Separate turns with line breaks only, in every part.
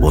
我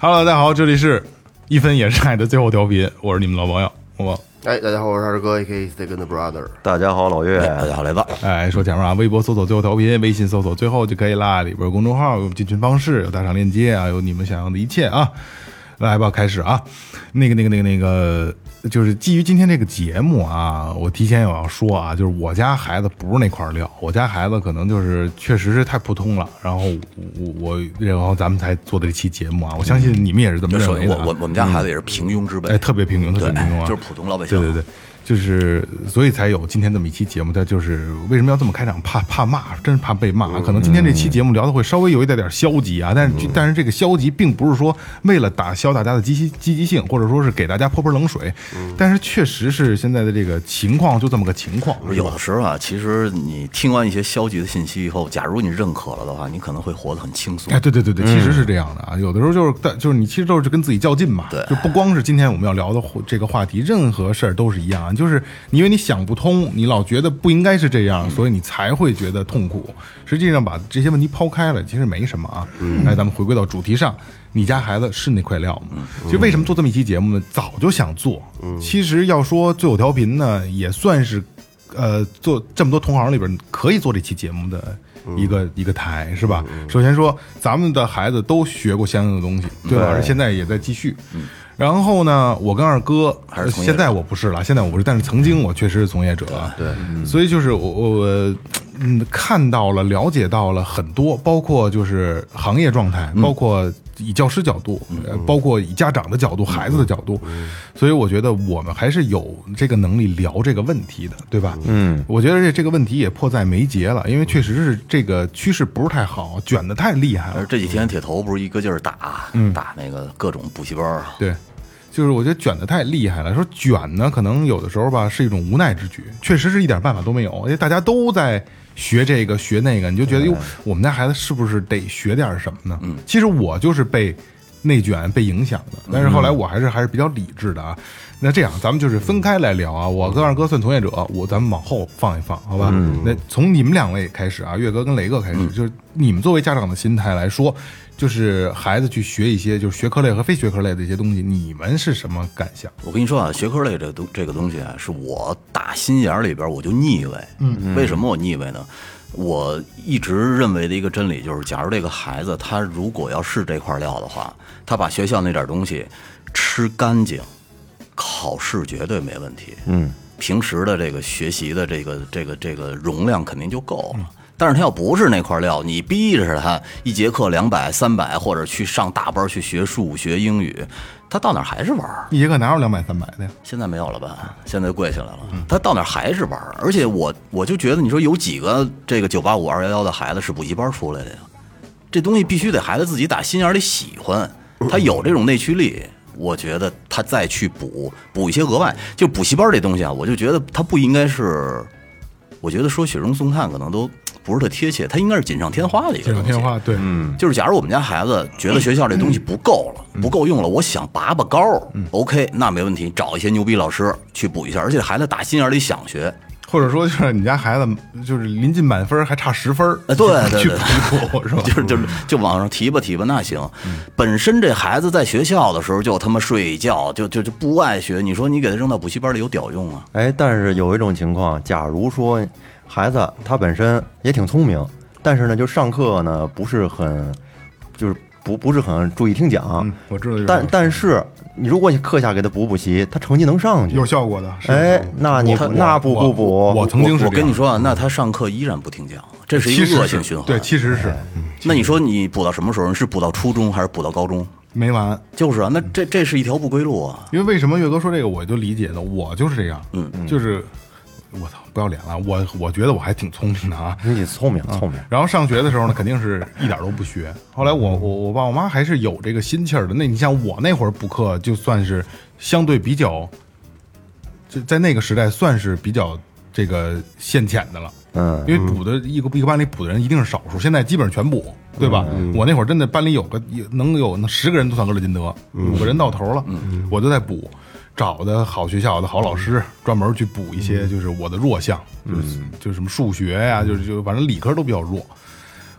Hello，大家好，这里是一分也是爱的最后调频，我是你们老朋友，好不好？
哎，大家好，我是二哥，A.K.A. Stick and Brother。
大家好，老岳，
大家好，来吧。
哎，说前面啊，微博搜索最后调频，微信搜索最后就可以啦。里边有公众号，有进群方式，有打赏链接啊，有你们想要的一切啊。来吧，开始啊。那个、那个、那个、那个，就是基于今天这个节目啊，我提前有要说啊，就是我家孩子不是那块料，我家孩子可能就是确实是太普通了。然后我我然后咱们才做的这期节目啊，我相信你们也是这么
就
认
首
为
先，
的
我
啊、
我我们家孩子也是平庸之辈，
哎，特别平庸，特
对
别平庸啊，
就是普通老百姓。
对对对，就是所以才有今天这么一期节目。它就是为什么要这么开场？怕怕骂，真是怕被骂。可能今天这期节目聊的会稍微有一点点消极啊，但是、但是这个消极并不是说为了打消大家的积极积极性，或者说是给大家泼盆冷水，但是确实是现在的这个情况就这么个情况。
不是有的时候啊，其实你听完一些消极的信息以后，假如你认可了的话，你可能会活得很轻松
哎，。对对对对，其实是这样的啊，有的时候就是但就是你其实都是跟自己较劲嘛，
对
就不光是今天我们要聊的话这个话题，任何事儿都是一样啊，就是因为你想不通，你老觉得不应该是这样，所以你才会觉得痛苦。实际上把这些问题抛开了，其实没什么啊。来，咱们回归到主题上。你家孩子是那块料吗？其实为什么做这么一期节目呢？早就想做。其实要说最有调频呢，也算是呃，做这么多同行里边可以做这期节目的
嗯
一个、一个台是吧？首先说，咱们的孩子都学过相应的东西，对吧？而现在也在继续。然后呢，我跟二哥
嗯
呃
还是从业者
现在我不是了，现在我不是，但是曾经我确实是从业者。嗯对，所以就是我我嗯看到了、了解到了很多，包括就是行业状态，包括以教师角度，呃包括以家长的角度、孩子的角度，所以我觉得我们还是有这个能力聊这个问题的，对吧？嗯，我觉得这这个问题也迫在眉睫了，因为确实是这个趋势不是太好，卷的太厉害
而
了。
这几天铁头不是一个劲儿打，
嗯
打那个各种补习班儿，
对，就是我觉得卷的太厉害了。说卷呢，可能有的时候吧是一种无奈之举，确实是一点办法都没有，因为大家都在学这个学那个，你就觉得哟，我们家孩子是不是得学点什么呢？嗯，其实我就是被内卷被影响的，但是后来我还是还是比较理智的啊。那这样，咱们就是分开来聊啊。我跟二哥算从业者，我咱们往后放一放，好吧？那从你们两位开始啊，岳哥跟雷哥开始，就是你们作为家长的心态来说，就是孩子去学一些就是学科类和非学科类的一些东西，你们是什么感想？
我跟你说啊，学科类这东这个东西啊，是我打心眼儿里边儿我就腻歪。嗯，为什么我腻歪呢？我一直认为的一个真理就是，假如这个孩子他如果要是这块料的话，他把学校那点东西吃干净，考试绝对没问题。嗯，平时的这个学习的这个这个这个容量肯定就够了。但是他要不是那块料，你逼着他一节课两百、三百，或者去上大班儿去学数学、英语，他到哪儿还是玩儿。啊
一节课哪有两百三百的呀？
现在没有了吧？现在贵起来了。他到哪儿还是玩儿，而且我我就觉得，你说有几个这个九八五二幺幺的孩子是补习班出来的呀？这东西必须得孩子自己打心眼儿里喜欢，他有这种内驱力，我觉得他再去补补一些额外，就补习班这东西啊，我就觉得他不应该是，我觉得说雪中送炭可能都不是特贴切，他应该是锦上添花的一个
锦上
东西
添花，对，嗯，
就是假如我们家孩子觉得学校这东西不够了，不够用了，我想拔拔高、o
嗯
k 那没问题，找一些牛逼老师去补一下，而且孩子打心眼里想学。
或者说就是你家孩子就是临近满分还差十分儿
呃，对对
去
对
补一补是吧？
就是就是就往上提吧提吧，那行。
嗯
本身这孩子在学校的时候就他妈睡觉，就就就不爱学，你说你给他扔到补习班里有屌用啊？
哎，但是有一种情况，假如说孩子他本身也挺聪明，但是呢，就上课呢不是很，就是不不是很注意听讲，
嗯，我知道这种，
但但是你如果你课下给他补补习，他成绩能上去。
有效果的，是有
哎
效，果
那你
我我
那不不
我
补，
我曾经是
我
这
跟
样嗯
你说啊，那他上课依然不听讲，这是一
其
个
实
恶
是
性循环。
对，其实是
那你说你补到什么时候？是补到初中还是补到高中？
没完。
就是啊，那这
嗯
这是一条不归路啊。
因为为什么岳哥说这个我就理解了，我就是这样，嗯，就是我操，不要脸了！我我觉得我还挺聪明的啊，
你聪明聪明，
然后上学的时候呢，肯定是一点都不学。后来我我我爸我妈还是有这个心气儿的。那你像我那会儿补课，就算是相对比较，就在那个时代算是比较这个现浅的了。
嗯，
因为补的一个一个班里补的人一定是少数，现在基本上全补，对吧？我那会儿真的班里有个有能有那十个人都算格勒金德，五个人到头了，我就在补，找的好学校的好老师，专门去补一些就是我的弱项，就是就是什么数学呀、就是就反正理科都比较弱。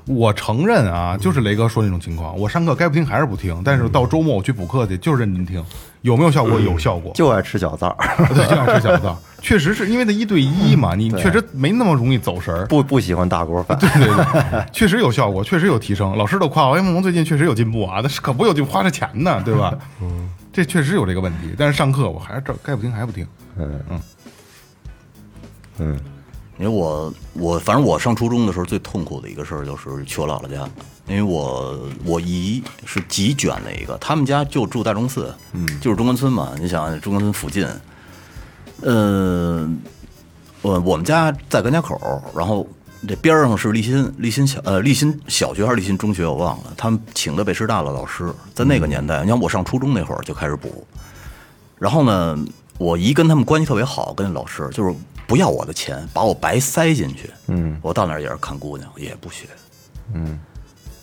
我承认啊，就是雷哥说那种情况，我上课该不听还是不听，但是到周末我去补课去，就是认真听，有没有效果？有效果，
就爱吃饺子儿，
对，就想吃饺子，确实是因为他一对一嘛，你确实没那么容易走神儿。
不不喜欢大锅饭。
对对对，确实有效果，确实有提升。老师都夸我，哎，梦龙最近确实有进步啊，但是可不有就花这钱呢，对吧？嗯，这确实有这个问题。但是上课我还是照该不听还不听。
因为我我反正我上初中的时候最痛苦的一个事儿就是去我姥姥家，因为我我姨是极卷的一个，他们家就住大钟寺，嗯，就是中关村嘛，你想中关村附近，呃，我我们家在甘家口，然后这边儿上是立新立新小呃立新小学还是立新中学我忘了，他们请的北师大的老师，在那个年代，你像我上初中那会儿就开始补，然后呢，我姨跟他们关系特别好，跟老师就是不要我的钱，把我白塞进去。嗯，我到那儿也是看姑娘，也不学。嗯，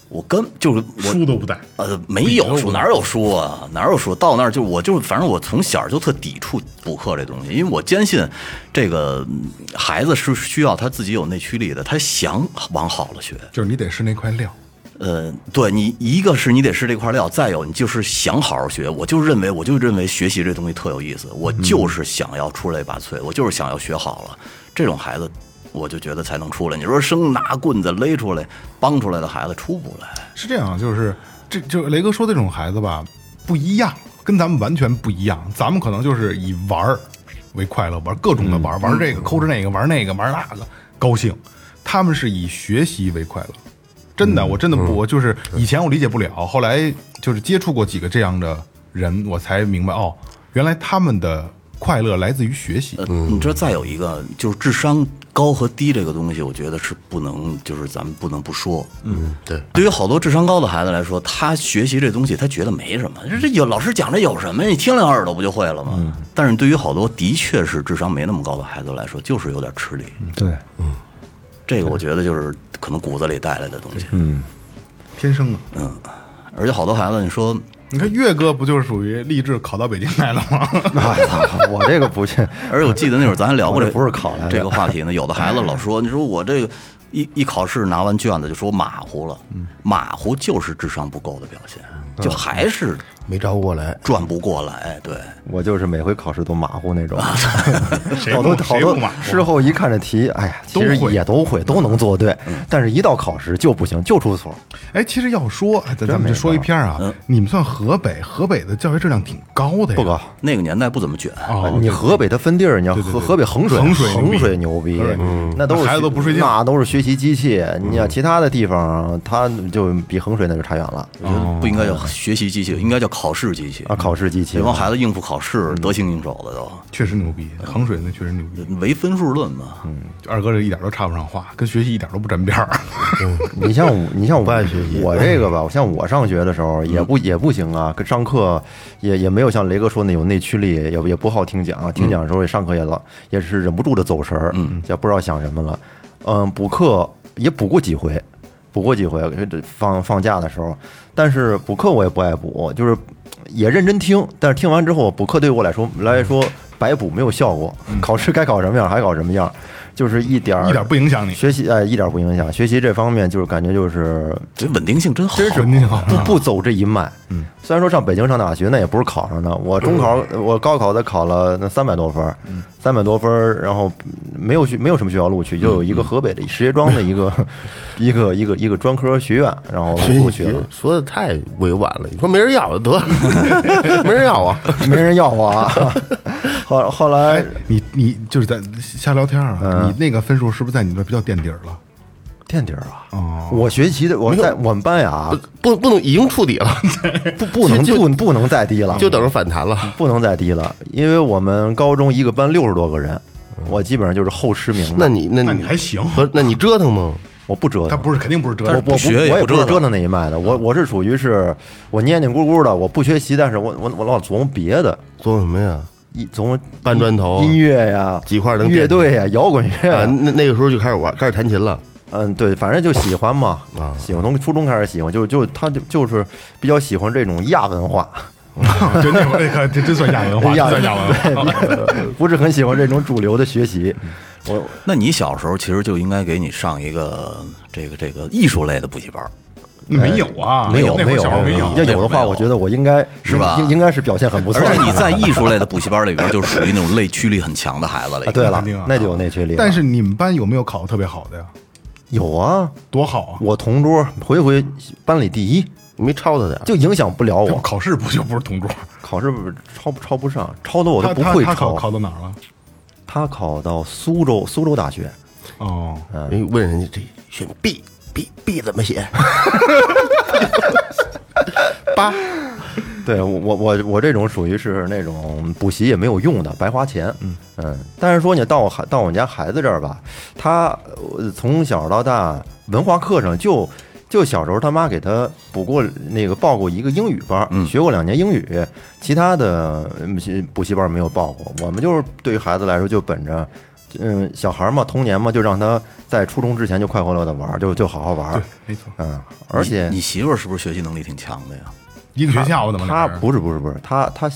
我跟就是我
书都不带，
呃没有书，哪有书啊？哪有书？到那儿就我就是反正我从小就特抵触补课这东西，因为我坚信这个嗯孩子是需要他自己有内驱力的，他想往好了学。
就是你得是那块料。
呃，对你一个是你得是这块料，再有你就是想好好学。我就认为，我就认为学习这东西特有意思，我就是想要出类拔萃，我就是想要学好了。这种孩子，我就觉得才能出来。你说生拿棍子勒出来、帮出来的孩子出不来。
是这样，就是这就是雷哥说这种孩子吧，不一样，跟咱们完全不一样。咱们可能就是以玩儿为快乐，玩各种的玩儿，玩这个抠着那个，玩那个，玩那个，高兴。他们是以学习为快乐，真的，我真的不，我就是以前我理解不了，后来就是接触过几个这样的人，我才明白哦，原来他们的快乐来自于学习。
呃，你知道再有一个就是智商高和低这个东西，我觉得是不能，就是咱们不能不说。嗯，
对，
对于好多智商高的孩子来说，他学习这东西他觉得没什么，这这有老师讲这有什么呀？你听两耳朵不就会了吗？但是对于好多的确是智商没那么高的孩子来说，就是有点吃力。
对，
这个我觉得就是可能骨子里带来的东西。嗯，
天生的，
而且好多孩子，你说
你看岳哥不就是属于励志考到北京来了吗？
哎呀， 我这个不去，
而且我记得那会儿咱还聊过这
我这不是考来的
这个话题呢。有的孩子老说，你说我这个一一考试拿完卷子就说马虎了，马虎就是智商不够的表现，就还是
没招过来。
转不过来。对，
我就是每回考试都马虎那 种，好
不
多好
啊谁
多
不马虎啊
事后一看这题，哎呀，其
都
实
会
也都会，都能做
嗯
对，但是一到考试就不行，就出错。
哎，其实要说，哎咱咱们就说一篇啊，你们算河北，河北的教学质量挺高的呀，
不高，
那个年代不怎么卷，
哦，
你河北它分地儿，你要河河北衡水，
衡水牛逼嗯
衡水牛逼，那都是
孩子都不睡觉嗯
那都是学习机器。你要其他的地方，它就比衡水那就差远了
我觉得不应该叫学习机器，应该叫考试机器
啊。考试机器
这，帮孩子应付考试得心应手的都，
确实牛逼，衡水那确实牛逼。
唯分数论嘛。
二哥这一点都插不上话，跟学习一点都不沾边儿。
你像我你像我
不爱学习
我这个吧，我像我上学的时候也不也不行啊，跟上课也也没有像雷哥说那有内驱力，也也不好听讲，啊听讲的时候也上课也老也是忍不住的走神儿，
嗯
也不知道想什么了。嗯，补课也补过几回，补过几回，这放放假的时候，但是补课我也不爱补，就是也认真听，但是听完之后补课对我来说来说白补没有效果，
嗯
考试该考什么样还考什么样，就是一点儿
一点不影响你
学习哎一点不影响，学习这方面就是感觉就是
这稳定性真好，
啊
不不走这一脉。嗯，虽然说上北京上大学那也不是考上的，我中考我高考才考了那三百多分儿，三百多分儿，然后没有去没有什么学校录取，就有一个河北的石家庄的一 个一个一个一个专科学院，然后
所以
录
你
取了。
说的太委婉了，你说没人要就得了， 没人要啊。
没人要我 啊。后后来
你你就是在瞎聊天啊，你那个分数是不是在你那比较垫底儿了？
垫底儿啊！我学习的我在我们班呀，
不不能已经触底了，
不不能
就
不不能再低了，
就等着反弹了。
不能再低了，因为我们高中一个班六十多个人，我基本上就是后失明
那
的，
你那
那
你
你还行
不是那你折腾吗？
我不折
他
腾。
不是肯定不是折
我
腾，
我
学也
我也
不
是
折腾
折腾那一脉的，我我是属于是我念念咕咕的，我不学习，但是我我我老琢磨别的，
做什么呀？
一琢磨
搬砖头
音乐呀，
几块能
乐队呀，摇滚乐
啊，
嗯
呀，
那那个时候就开始玩，开始弹琴了。
嗯，对，反正就喜欢嘛，喜欢从初中开始喜欢，就就他就就是比较喜欢这种亚文化，
对那会儿那个 这真算亚文化，真 算亚文化。
对，不是很喜欢这种主流的学习。我
那你小时候其实就应该给你上一个这个这个艺术类的补习班儿，
那没有啊，
没有
那会
没
儿
有
小时候没
要
有。
有的
没
话，
有
我觉得我应该
是吧
应应该是表现很不错
而
的。
且你在艺术类的补习班里边，就属于那种类驱力很强的孩子了。
啊，对
那
了
肯定啊，
那就有内驱力了。
但是你们班有没有考得特别好的呀？
有啊，
多好啊！
我同桌回回班里第一，
你没抄他点儿？
就影响不了我。
考试不就不是同桌？
考试不抄不抄不上，抄的我都
他
不
他
会
他考
抄。
考到哪儿了？
他考到苏州苏州大学，
哦，
人家问人家这选 B B B 怎么写？
对我我我我这种属于是那种补习也没有用的，白花钱。嗯但是说你到我孩到我们家孩子这儿吧，他呃从小到大文化课上就就小时候他妈给他补过那个报过一个英语班，学过两年英语，其他的嗯是补习班没有报过。我们就是对于孩子来说，就本着。嗯，小孩嘛，童年嘛，就让他在初中之前就快快乐乐的玩，就就好好玩。
没错，
嗯，而且
你媳妇儿是不是学习能力挺强的呀？
一个学校的嘛。
他
那是
不是不是不是他他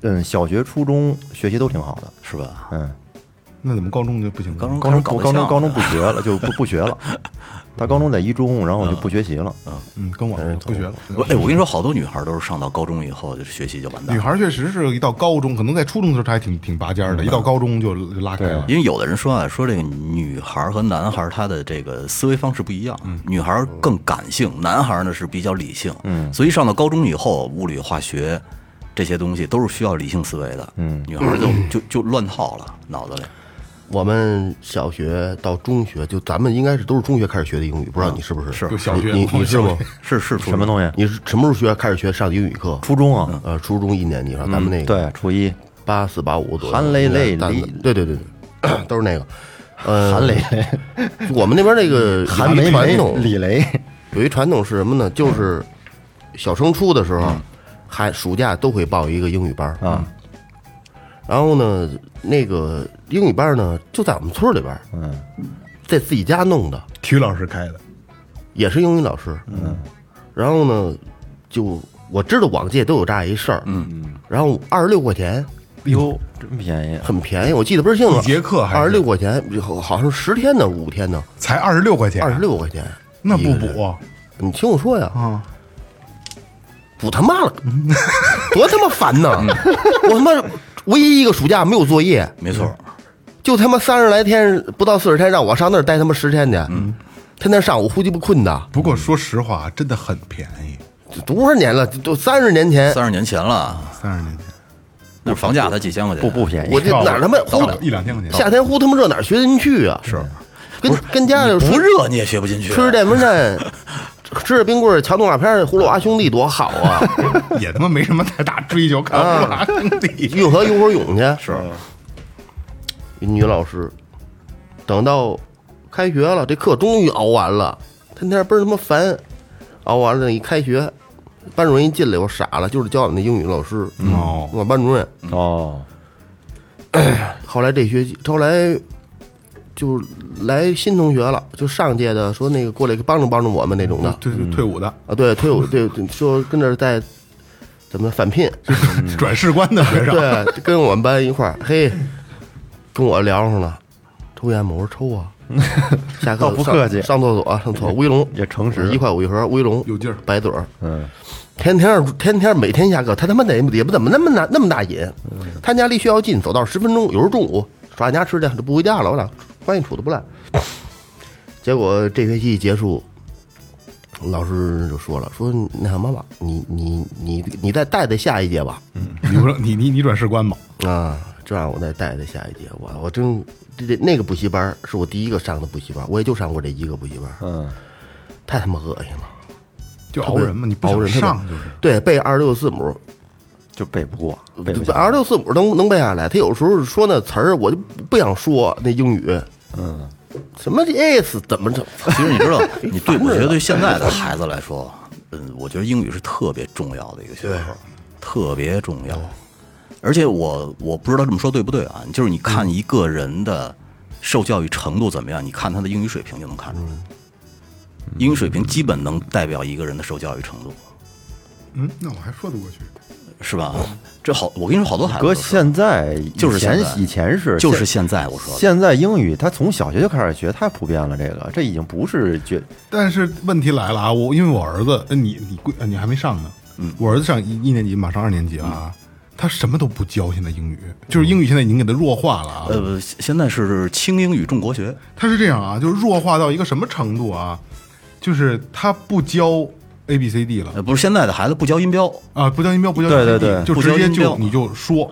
嗯，小学、初中学习都挺好的，
是吧？
嗯，
那怎么高中就不行了？
高中
高中
搞
高
对
高中
象
高中不学了，就不不学 了。他高中在一中，然后就不学习了。
嗯，跟我不学了。
我哎，我跟你说，好多女孩都是上到高中以后，就是学习就完 蛋
女
了。
孩确实是一到高中，可能在初中的时候她还挺挺拔尖儿的，一到高中就就拉开了。
因为有的人说啊，说这个女孩和男孩她的这个思维方式不一样，
嗯
女孩更感性，男孩呢是比较理性。嗯，所以上到高中以后，物理、化学这些东西都是需要理性思维的。嗯，女孩就就就乱套了，脑子里。
我们小学到中学，就咱们应该是都是中学开始学的英语，不知道你是不是？啊是
就小学
你你
我
你 是吗？
是是
什么东
嗯
西？
你是什么时候学开始学上的英语课？
初中啊，
呃，初中一年级上，咱们那个
对，初一
八四八五左右，
韩磊磊
咱们
李
对对对对，都是那个。呃，
韩磊、
我们那边那个
韩梅
传
梅
统、
李雷，
有一传统是什么呢？就是小升初的时候，还暑假都会报一个英语班啊。然后呢，那个英语班呢就在我们村里边，嗯，在自己家弄的，
体育老师开的，
也是英语老师，嗯。然后呢，就我知道往届都有这样一事儿，嗯。然后二十六块钱
哟，真便宜，啊
很便宜，我记得倍儿清楚，
哎一节课还是
二十六块钱，好好像是十天呢，五天呢，
才二十六块钱，啊
二十六块钱。
那不
一个人
补，啊
你听我说呀，啊，补他妈了， 多他妈烦呐！
嗯
我他妈唯一一个暑假没有作业，
没错儿，
就他妈三十来天不到四十天，让我上那儿待他妈十天去，
嗯
天天上我估计不困的。
不过说实话，真的很便宜，
多少年了，都三十年
哎
前，
三十年前了，
三十年前，
那房价才几千块钱。啊
不不便宜
我。这哪儿他妈
到
忽
了一两千块钱，
夏天忽他妈热，哪儿学得进去啊？是，跟跟家里
不
吹
热你也学不进去。
吹着电风扇，吃着冰棍儿瞧动画片儿，《葫芦娃兄弟》多好啊！
也他妈没什么太大追求，看不拉兄弟。
运河游会儿泳去。是，女老师，等到开学了，这课终于熬完了，天天倍儿他妈烦。熬完了，一开学，班主任一进来，我傻了，就是教我们那英语老师，
哦，
我班主任。
嗯
哦，
后来这学期，后来就来新同学了，就上届的说那个过来帮助帮助我们那种
嗯
的
对对，退伍的，
啊，对，退伍对，对说跟这儿在怎么返聘，
转士官的学生，
对，跟我们班一块儿，嘿，跟我聊上了，抽烟吗？我说 抽啊。下课
倒不客气
上上厕所啊上厕所，威龙
也诚实
一块五一盒，威龙
有劲儿
白嘴儿，
嗯，
天天天天每天下课，他他妈得也不怎么那么大那么大瘾，他家离学校近，走道十分钟，有时候中午耍俺家吃去，就不回家了，我俩关系处 的不赖。结果这学期一结束，老师就说了，说那什么吧，你你你你再带带下一届吧，
你不是你你你转士官吗？
啊，这让我再带带下一节，我我真这这那个补习班儿是我第一个上的补习班儿，我也就上过这一个补习班，嗯，太他妈恶心了，
就熬人嘛，你不
熬
想
人特别
上就是。
对，背二十六字母，
就背不过，背不
二
下。
六四五能能背下来。他有时候说那词儿，我就不想说那英语。嗯，什么 is 怎么整？
其实你 知道，你对我觉得对现在的孩子来说，嗯，我觉得英语是特别重要的一个学科，特别重要。而且我我不知道这么说对不对啊，就是你看一个人的受教育程度怎么样，你看他的英语水平就能看出来。英语水平基本能代表一个人的受教育程度，
嗯，那我还说得过去。
是吧？这好，我跟你说，好多孩子都
哥
是
现在
就是
以前
现在
以前是
就是现在我说的
现在英语他从小学就开始学，太普遍了。这个这已经不是绝
但是问题来了啊，我因为我儿子，呃你你闺呃你还没上呢，
嗯
我儿子上一一年级，马上二年级了啊，他什么都不教，现在英语就是英语现在已经给他弱化了啊，
呃，现在是轻英语重国学，
他是这样啊，就是弱化到一个什么程度啊，就是他不教 A B C D 了
呃，不是现在的孩子不教音标，
啊，不教音标，不教
对
A B C
对
D，就
不
直
教
接
音标
就你就说。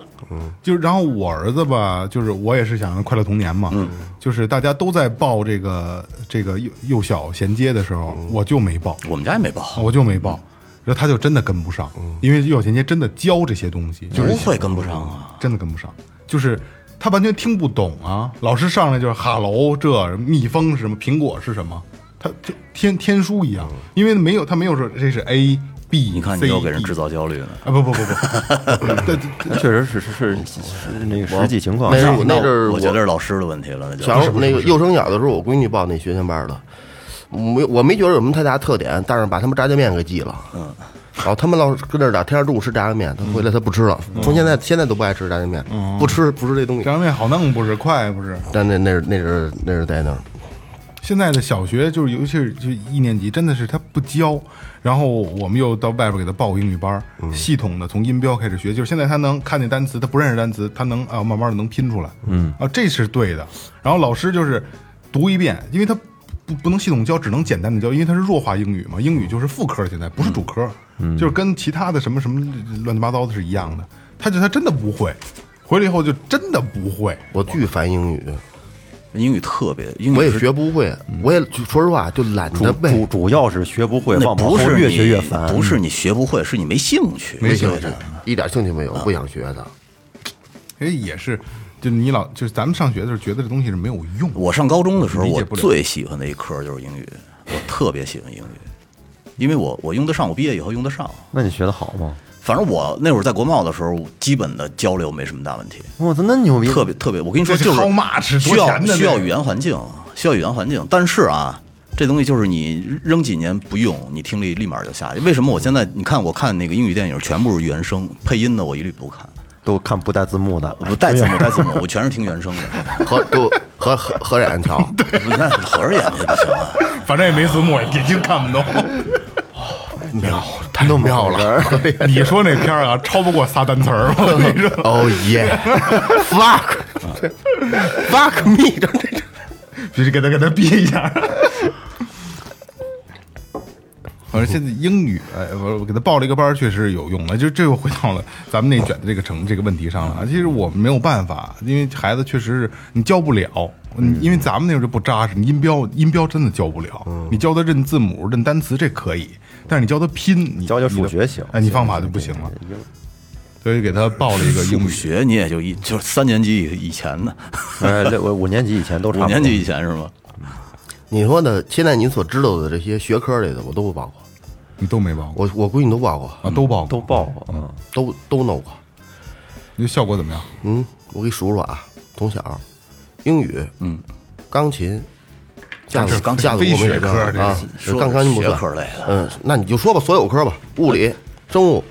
就然后我儿子吧，就是我也是想快乐童年嘛，
嗯
就是大家都在报这个这个幼幼小衔接的时候，
嗯
我就没报，
我们家也没报，
我就没报，然后他就真的跟不上，因为幼小衔接真的教这些东西，就是
嗯不会跟不上啊。
真的跟不上，就是他完全听不懂啊。老师上来就是哈喽，这蜜蜂是什么，苹果是什么，他就天天书一样，因为没有他没有说这是 A B，
嗯你看，你
C E
又给人
D
制造焦虑了。
啊不不不不， 对
确实是是是
哦
是是那个实际情况
没。事
那
我那阵儿
我
我
觉得是老师的问题了，那就
小时候那个幼升小的时候，我闺女报那学前班了，没我没觉得有什么太大特点，但是把他们炸酱面给记了。嗯，然后他们老跟那儿打，天天中午吃炸酱面，他回来他不吃了，从现在现在都不爱吃炸酱面，不吃不吃这东西
炸。酱面好弄不是快不是？
但那那是那是那是在那儿，
现在的小学就是，尤其是就一年级，真的是他不教，然后我们又到外边给他报英语班，系统的从音标开始学，就是现在他能看见单词，他不认识单词，他能啊慢慢的能拼出来，嗯啊这是对的。然后老师就是读一遍，因为他不不能系统教，只能简单的教，因为他是弱化英语嘛，英语就是副科，现在不是主科，就是跟其他的什么什么乱七八糟的是一样的，他就他真的不会，回来以后就真的不会，
我巨烦英语，
英语特别，英语
我也
是
学不会，我也就说实话就懒
主
得背
主。主要是学不会，
那
往
不
往后
是
越
你
学越烦。
不是你学不会，是你没兴趣。
没兴
对
趣
的
一点兴趣没有，不想学的。
因为也是，就你老就是咱们上学的时候觉得这东西是没有用。
我上高中的时候，
理
我
解不了
最喜欢的一科就是英语，我特别喜欢英语，因为我我用得上，我毕业以后用得上。
那你学的好吗？
反正我那会儿在国贸的时候，基本的交流没什么大问题，
我操，那牛逼！
特别特别。我跟你说，
这
就是是
how much，
需
多
要
钱的
需要
这个
语言环境，需要语言环境。但是啊，这东西就是你扔几年不用，你听力立马就下去。为什么我现在你看我看那个英语电影全部是原声，配音的我一律不看，
都看不带字幕的，
我不带字幕带字幕，我全是听原声的。
和就和和和冉安桥，
那合着眼睛不行啊。
反正也没字幕，也也就看不 懂。
妙太妙了！
你说那片儿啊，超不过仨单词儿，我跟你说，
哦耶 ，fuck fuck me，这这
必须给他给他逼一下。 反正现在英语，哎，我我给他报了一个班儿，确实有用了。就这又回到了咱们内卷的这个成这个问题上了啊。其实我们没有办法，因为孩子确实是你教不了，嗯因为咱们那会儿就不扎实，你音标音标真的教不了。你教他认字母、认单词这可以，但是你教他拼，你
教教
你的
数学行
哎，你方法就不行了。所以给他报了一个英
数
语
学你也就一就是三年级以以前的，
哎，六我五年级以前都差
五
不多。
年级以前是吗？
你说呢？现在您所知道的这些学科类的，我都报过，
你都没报过
我我闺女都报过，
啊？都报过
都报过，嗯，
都都弄过。
你效果怎么样？
嗯，我给你数数啊，从小英语，嗯，钢琴，架子
钢琴
架子
非
鼓没
学
有
科这
啊
是，
说
钢钢琴不
学
算
科类的，
嗯，那你就说吧，所有科吧，物理、生物、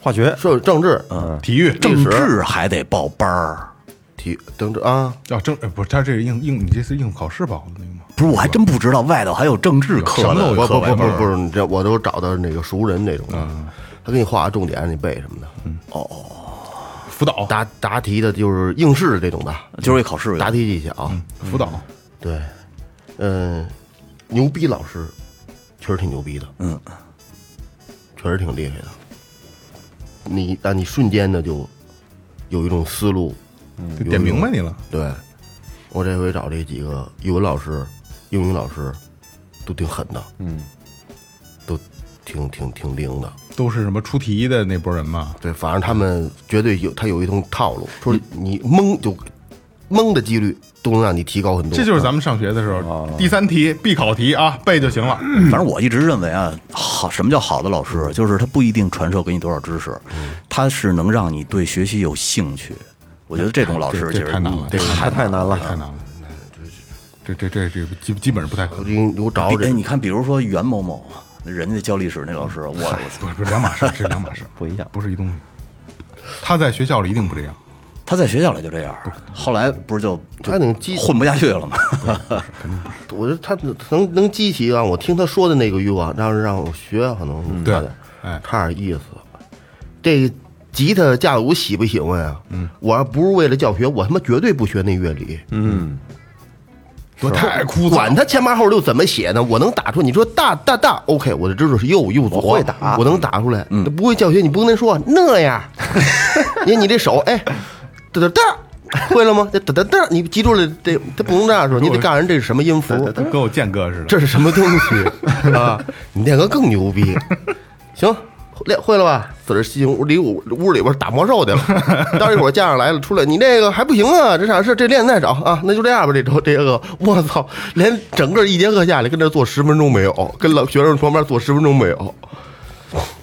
化学
社政治、
体育
政治还得报班儿，
体政治啊，
啊，政哎不是他这个应应你这次应考试报的那个吗？
不是我还真不知道外头还有政治课
什么
呢
都。
不
有
不不
课外班
不
儿
不是，你这我都找到那个熟人那种的，他给你画个重点，让你背什么的，
辅导
答答题的就是应试的这种的，
就是为考试
答题技巧，
嗯辅导，
对，嗯，牛逼老师，确实挺牛逼的，
嗯，
确实挺厉害的。你让你瞬间的就有一种思路，嗯
就点明白你了。
对我这回找这几个语文老师、英语老师都挺狠的，嗯，都挺挺挺灵的，
都是什么出题的那波人嘛，
对，反正他们绝对有他有一通套路，
嗯
说你蒙就蒙的几率都能让你提高很多。啊
这就是咱们上学的时候第三题必考题啊，背就行了。
反正我一直认为啊，好，什么叫好的老师？就是他不一定传授给你多少知识，
嗯
他是能让你对学习有兴趣。我觉得这种老师
这
其
这
实
太难了，这个
太太难了。
太难了，这这这这基基本上不太可能，
你我找
比
找
哎，
嗯
这
你看，比如说袁某某，人家教历史那老师，我
不是不是两码事，这是两码事，
不一样
不是一东西。他在学校里一定不这样，
他在学校里就这样，后来不是就就
他能激，
混不下去了吗？
我觉得他能能激起啊！我听他说的那个欲望，让让我学，啊可能
对
差点，
哎
差点意思。这吉他架子鼓喜不喜欢啊？嗯，我要不是为了教学，我他妈绝对不学那乐理。
说太枯燥
管。他前八后六怎么写呢？我能打出，你说大大大，OK，我就知道是右右左，
我会打嗯
我能打出来。那不会教学，你不跟他说那 样，你你这手，哎，哒哒哒，会了吗？这哒哒哒，你记住了，这他不能这样说，你得告诉人这是什么音符，
跟我健哥似的，
这是什么东西 啊？你练个更牛 逼，行。练会了吧？自个儿进屋里屋屋里边打魔兽去 了。待一会儿家长来了，出来你这个还不行啊，这啥事？这练再找啊，那就这样吧。这周这个，我操，连整个一节课下来跟这坐十分钟没有，跟老学生旁边坐十分钟没有。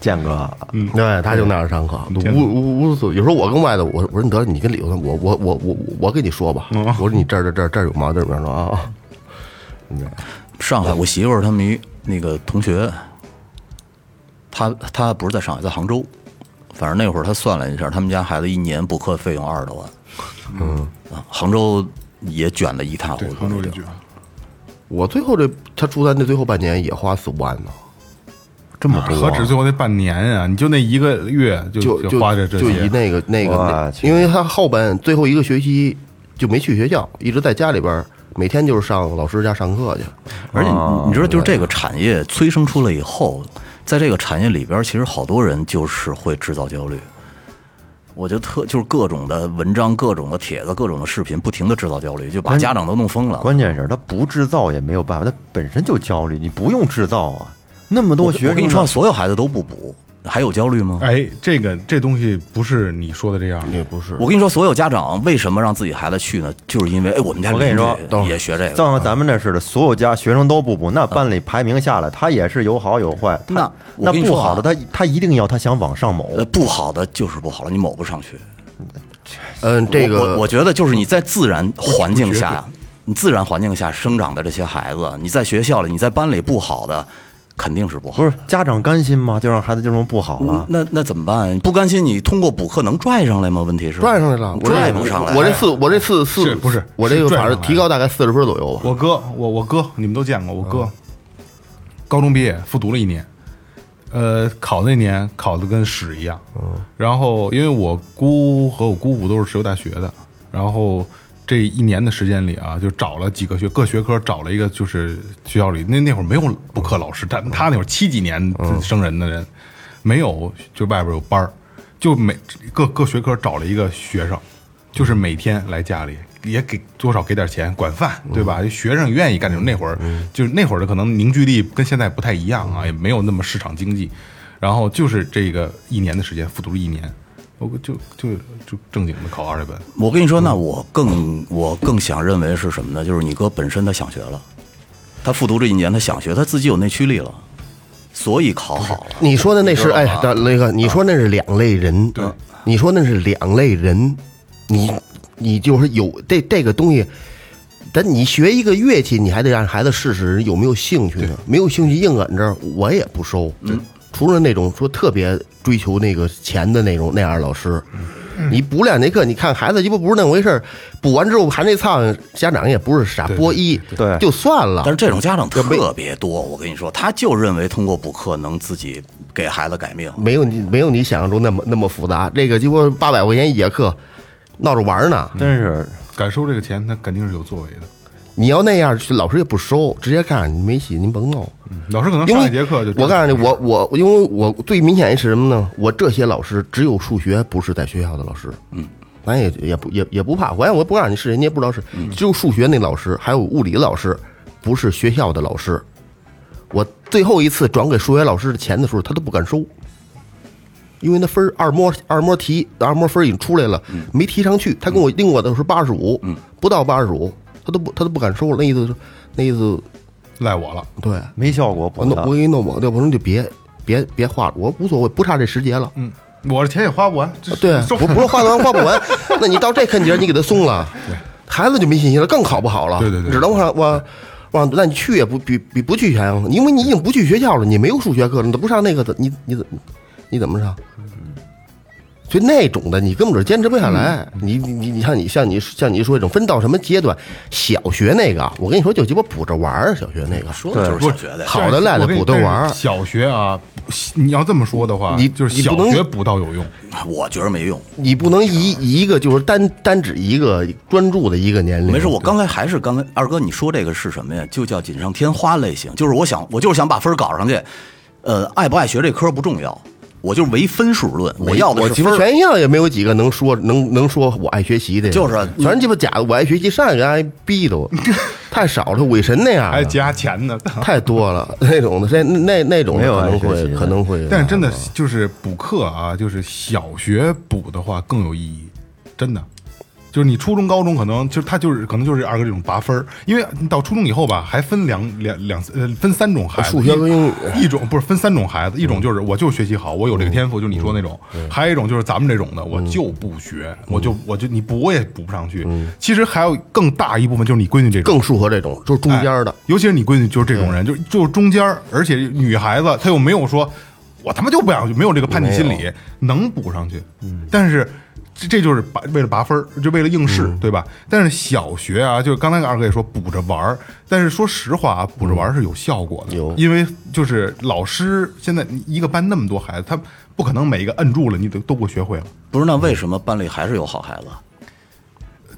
建哥，
对，他就那样上课，无无无所。有时候我跟外头，我我说你得你跟李头，我我我我我跟你说吧，我说你这儿这儿这儿这儿有毛病，这儿有毛病啊。啊
上海，我媳妇儿他们一那个同学，他他不是在上海，在杭州，反正那会儿他算了一下，他们家孩子一年补课费用二十多万，嗯，啊，杭州也卷得一塌糊
对
涂，
杭州一句，
我最后这他初三这最后半年也花四五万呢，
这么多，何止最后那半年啊？你就那一个月就
就就
花这这
就以
些，
那个那个
哇
那，
去
因为他后半最后一个学期就没去学校，一直在家里边儿，每天就是上老师家上课去。
而且你你知道，就是这个产业催生出来以后，在这个产业里边儿，其实好多人就是会制造焦虑。我就特就是各种的文章、各种的帖子、各种的视频，不停的制造焦虑，就把家长都弄疯了。
关键是他不制造也没有办法，他本身就焦虑，你不用制造啊。那么
我
多学生呢，
我跟你说，所有孩子都不补，还有焦虑吗？
哎，这个这东西不是你说的这样，
嗯也不是，
我跟你说，所有家长为什么让自己孩子去呢？就是因为哎，我们家
我跟你
邻居
说
等会儿
也学这个，
像咱们这似的，所有家学生都不补，那班里排名下来，他也是有好有坏。他
那
那
我跟你
不
说啊
好的，他他一定要他想往上某
呃，，不好的就是不好了，你抹不上去。
嗯，这
我我
个
我觉得就是你在自然环境下，你自然环境下生长的这些孩子，你在学校里，你在班里不好的，肯定是不好。
不是家长甘心吗？就让孩子就这么不好
嗯
了？
那那怎么办？不甘心，你通过补课能拽上来吗？问题是
拽上来了，我这
拽不上来。
我这四我这四四
是不是
我这
是
个
拽
反
上
正
来
提高大概四十分左右吧。
我哥，我我哥，你们都见过，我哥，
嗯
高中毕业复读了一年，呃，考那年考的跟屎一样，
嗯
然后因为我姑和我姑父都是石油大学的，然后这一年的时间里啊，就找了几个学各学科找了一个，就是学校里那那会儿没有补课老师，他他那会儿七几年
嗯
生人的人，没有就外边有班儿，就每各各学科找了一个学生，就是每天来家里。也给多少给点钱管饭，对
嗯
吧？学生愿意干这种，那会儿就是那会儿的可能凝聚力跟现在不太一样啊，也没有那么市场经济。然后就是这个一年的时间，复读了一年，我就就就正经的考二类本，
我跟你说，那我更我更想认为是什么呢？就是你哥本身他想学了，他复读这一年他想学，他自己有内驱力了，所以考好了。
你说的那是哎，大雷
啊
哥，你说那是两类人，
对
你说那是两类人，你你就是有这这个东西。咱你学一个乐器，你还得让孩子试试有没有兴趣呢。没有兴趣硬摁着，我也不收。
嗯
除了那种说特别追求那个钱的那种那样的老师，
嗯
你补两节课，你看孩子鸡巴不是那回事儿，补完之后还那苍蝇，家长也不是傻波一，
对
就算了。
但是这种家长特别多，我跟你说，他就认为通过补课能自己给孩子改命。
没有你没有你想象中那么那么复杂。这个鸡巴八百块钱一节课，闹着玩儿
嗯
呢。
真是
敢收这个钱，那肯定是有作为的。
你要那样，老师也不收，直接告诉你没戏，您甭弄。
嗯老师可能
因
上
为
一节课就
我告诉你，我我因为我最明显的是什么呢？我这些老师只有数学不是在学校的老师，嗯，咱也也不也也不怕，我也我不告诉你是人家也不知道是，
嗯
只有数学那老师还有物理老师，不是学校的老师。我最后一次转给数学老师的钱的时候，他都不敢收，因为那分儿二模二模题二模分儿已经出来了，
嗯
没提上去。他跟我另我的是八十五，不到八十五，他都不他都不敢收了，那意思是那意思
赖我了。
对，
没效果
我
补
弄
的
我。给你弄我对，我说你就别别别画了，我无所谓，不差这十节了。啊
嗯，我这钱也花不完，这
对，
受
我不是画完画不完，那你到这坑节儿你给他松了，孩子就没信心了，更考不好了。
对对对
只能往往往，那你去也不比比不去强，因为你已经不去学校了，你没有数学课了，你都不上那个的，你你怎你怎么上？所以那种的你根本就坚持不下来。
嗯
你你你你像你像你像你说这种分到什么阶段，小学那个，我跟你说就鸡巴补着玩儿，小学那个
说的就是小学的呀，
好的赖的
我跟你
补着玩
但
儿
是。小学啊，你要这么说的话，
你
就是
你
小
不能
学补到有用。
我觉得没用。
你不能以以一个就是单单指一个专注的一个年龄，
没事，我刚才还是刚才二哥你说这个是什么呀？就叫锦上添花类型，就是我想我就是想把分儿搞上去，呃，爱不爱学这科不重要，我就唯分数论，我要的
我
是
鸡
分
巴
儿。
全校也没有几个能说能能说我爱学习的，
就是啊
全是鸡巴假的。我爱学习，上一个挨逼都太少了，伪神那样
还
的
加钱呢，
太多了，那种的那那那种的
没有
可能
爱学习
会
的
可能会，
但是真的就是补课啊，就是小学补的话更有意义，真的。就是你初中、高中可能就是他就是可能就是二哥这种拔分儿，因为你到初中以后吧，还分两两两呃分三种孩子，
数学跟英语嗯
一一种不是分三种孩子，一种就是我就学习好，我有这个天赋，就是你说那种；还有一种就是咱们这种的，我就不学，
嗯
我就我就你补我也补不上去。其实还有更大一部分就是你闺女这种，
更适合这种就是中间的
哎。尤其是你闺女就是这种人，就就是中间儿，而且女孩子她又没有说，我他妈就不想去，没有这个叛逆心理，能补上去。但是这这就是拔为了拔分儿，就为了应试，对吧？但是小学啊，就是刚才二哥也说补着玩儿，但是说实话啊，补着玩儿是有效果的，
有
因为就是老师现在一个班那么多孩子，他不可能每一个摁住了你都都给我学会了。
不是那为什么班里还是有好孩子？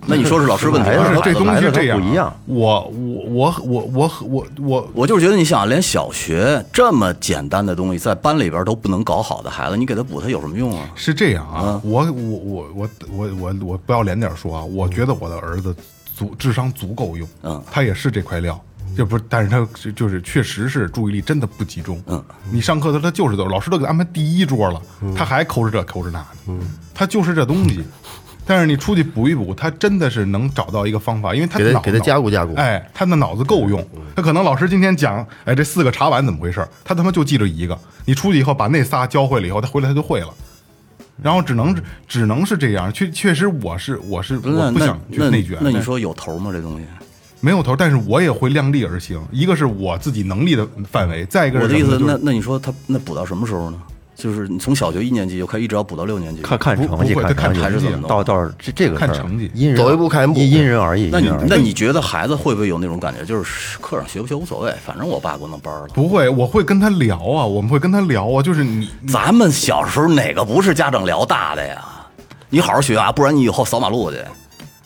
那你说哎是老师问题
还
还
是
而
是孩
且
子
这
问
东
题
西 是
来的
这样啊，
不一样
我我我我我我我
我就是觉得，你想，啊连小学这么简单的东西，在班里边都不能搞好的孩子，你给他补他有什么用啊？
是这样啊，我我我我我我我不要脸点说啊，我觉得我的儿子足智商足够用，
嗯
他也是这块料，这不是，但是他就就是确实是注意力真的不集中，嗯，你上课的他就是都老师都给他安排第一桌了，他还抠着这抠着那的，他就是这东西。但是你出去补一补，他真的是能找到一个方法，因哎为他
给他
脑
给他加固
嗯
加固
哎，他的脑子够用，他可能老师今天讲，哎，这四个茶碗怎么回事儿，他他妈就记着一个，你出去以后把那仨教会了以后，他回来他就会了。
嗯
然后只能只能是这样，确确实我是我是
那
我不
那
想去
那
内卷，哎
那你
对
说有头吗？这东西，
没有头，但是我也会量力而行。一个是我自己能力的范围，再一个
我
是
的意
什么
思
呢，就
那
是
那你说他那补到什么时候呢？就是你从小学一年级就开，一直要补到六年级。
看看
不
成绩，
不会看
看成绩，
成绩啊
到到这这个事儿
看成绩
因人
走一步看一步
因因人而异。
那你
因人而异
那你觉得孩子会不会有那种感觉，就是课上学不学无所谓，反正我爸给我弄班儿了。
不会，我会跟他聊啊，我们会跟他聊啊，就是你
咱们小时候哪个不是家长聊大的呀？你好好学啊，不然你以后扫马路去。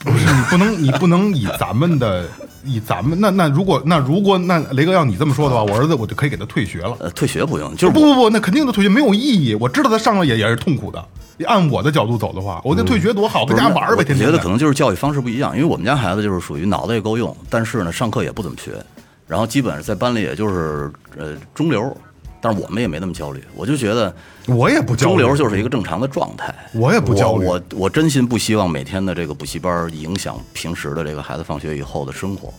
不是你不能你不能以咱们的以咱们那那如果那如果那雷哥要你这么说的话，我儿子我就可以给他退学了。
呃，退学不用，就是
不不不，那肯定的退学没有意义。我知道他上了也也是痛苦的。按我的角度走的话，我那退学多好，
嗯不
在
是
家
那
玩儿
我
呗，天天
觉
的。
得可能就是教育方式不一样，因为我们家孩子就是属于脑子也够用，但是呢，上课也不怎么学，然后基本上在班里也就是呃中流，但是我们也没那么焦虑，我就觉得
我也不焦
中
虑，
流就是一个正常的状态。
我也不焦虑
我我我真心不希望每天的这个补习班儿影响平时的这个孩子放学以后的生活。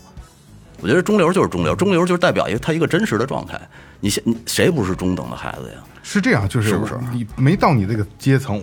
我觉得中流就是中流，中流就是代表一个他一个真实的状态。你现你谁不是中等的孩子呀？
是这样，就是
是不是
你没到你这个阶层，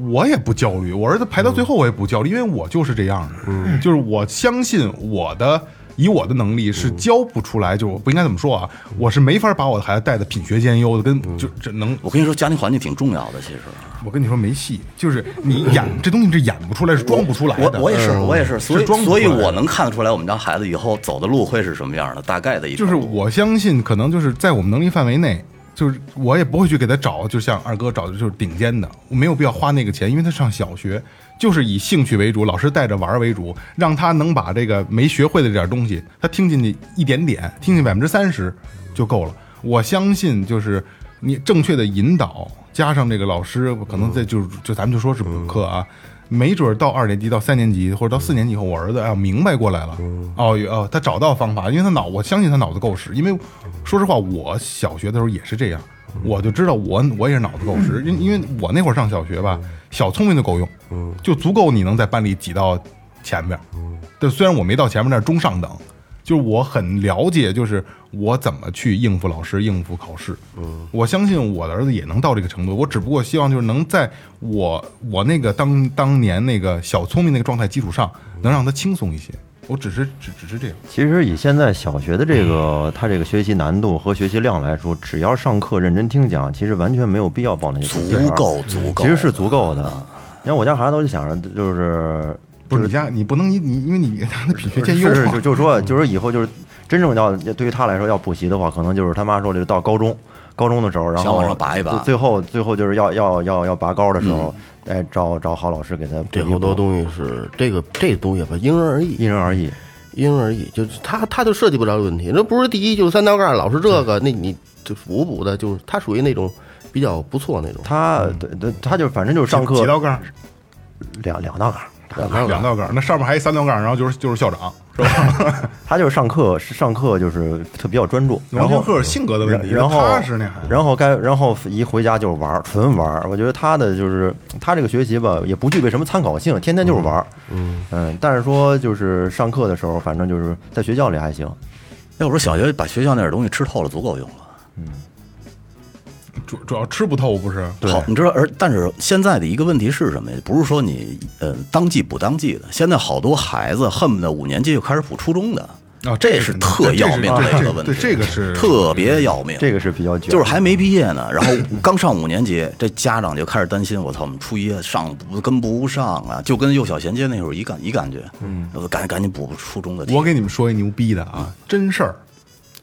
我我也不焦虑，我儿子排到
嗯
最后我也不焦虑，因为我就是这样的，嗯就是我相信我的。以我的能力
嗯
是教不出来，就我不应该怎么说啊？我是没法把我的孩子带的品学兼优的，
嗯
跟就这能
我跟你说，家庭环境挺重要的，其实。
我跟你说没戏，就是你演这东西是演不出来，是装不出来
我
的。嗯
我也是，
嗯
我也是，所以
装不出
所
来
以
的
我能看得出来，我们家孩子以后走的路会是什么样的，大概的一
就是我相信，可能就是在我们能力范围内，就是我也不会去给他找，就像二哥找的就是顶尖的，我没有必要花那个钱，因为他上小学，就是以兴趣为主，老师带着玩儿为主，让他能把这个没学会的这点东西，他听进去一点点，听进百分之三十就够了。我相信，就是你正确的引导，加上这个老师，可能在就是就咱们就说是补课啊。没准儿到二年级、到三年级或者到四年级以后，我儿子啊明白过来了，哦有哦，他找到方法，因为他脑，我相信他脑子够使，因为说实话，我小学的时候也是这样，我就知道我我也是脑子够使，因因为我那会儿上小学吧，小聪明就够用，就足够你能在班里挤到前边儿。但虽然我没到前面，但是中上等，就是我很了解，就是我怎么去应付老师、应付考试。
嗯
我相信我的儿子也能到这个程度，我只不过希望就是能在我我那个当当年那个小聪明那个状态基础上，能让他轻松一些。我只是只只是这样，
其实以现在小学的这个他这个学习难度和学习量来说，只要上课认真听讲，其实完全没有必要报那些
足
补习班
够足够
其实是足够的。你看我家孩子，我就想着就是
不是你家你不能你你因为你他的品学兼优
是是
嘛
就就说就是以后就是真正要对于他来说要补习的话，可能就是他妈说的到高中。高中的时候，然
想
后
往上拔一拔
就最后最后就是要要要要拔高的时候，
嗯
哎，找找好老师给他
这
补一
好多
补
东西是这个这东西吧，因人而异，
因人而啊异。
因人而异，就是他他就涉及不了问题，那不是第一就是三道杠，老是这个，那你就补补的，就是他属于那种比较不错那种，
他对对，他就反正就是上课
几道杠，
两两道杠，
两道杠，那上面还一三道杠，然后就是就是校长是吧？
他就是上课上课就是特比较专注，然
王天
后
鹤性格的问题，
然后
踏实呢还。
然后该然后一回家就是玩儿，纯玩儿。我觉得他的就是他这个学习吧，也不具备什么参考性，天天就是玩儿。嗯但是说就是上课的时候，反正就是在学校里还行。
要不说哎小学把学校那点东西吃透了，足够用了。
主主要吃不透不是？
好，你知道，而但是现在的一个问题是什么呀？不是说你呃当季补当季的，现在好多孩子恨不得五年级就开始补初中的
啊这
哦这
个
是
是
特
这
要
是
命
对这
的一
个
个问题，
对
啊
这个是
特别要命。啊
这个是比较卷，
就是还没毕业呢，然后刚上五年级，这家长就开始担心，我操，我们初一上不跟不上啊，就跟幼小衔接那会儿一感一感觉，嗯，赶赶紧补初中的题。
我给你们说一牛逼的啊，真事儿。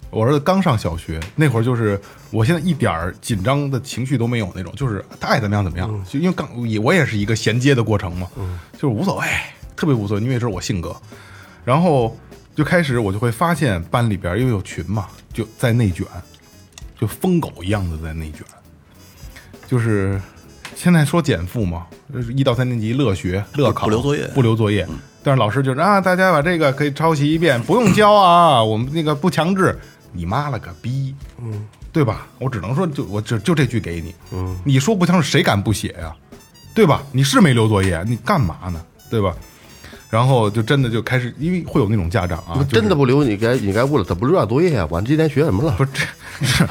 我儿子刚上小学那会儿，就是我现在一点儿紧张的情绪都没有那种，就是他爱怎么样怎么
嗯
样。就因为刚也我也是一个衔接的过程嘛，就是无所谓，特别无所谓，因为这是我性格。然后就开始我就会发现班里边因为有群嘛，就在内卷，就疯狗一样的在内卷。就是现在说减负嘛，就是一到三年级乐学乐考
不留作业
不留作业。但是老师就是啊，大家把这个可以抄袭一遍，不用交啊，我们那个不强制。你妈了个逼，嗯，对吧？我只能说就我就就这句给你，嗯，你说不强制谁敢不写呀、对吧？你是没留作业，你干嘛呢？对吧？然后就真的就开始，因为会有那种家长啊，就是
真的不留你该你该误了，怎么不留点作业啊？我今天学什么了？
不是这，是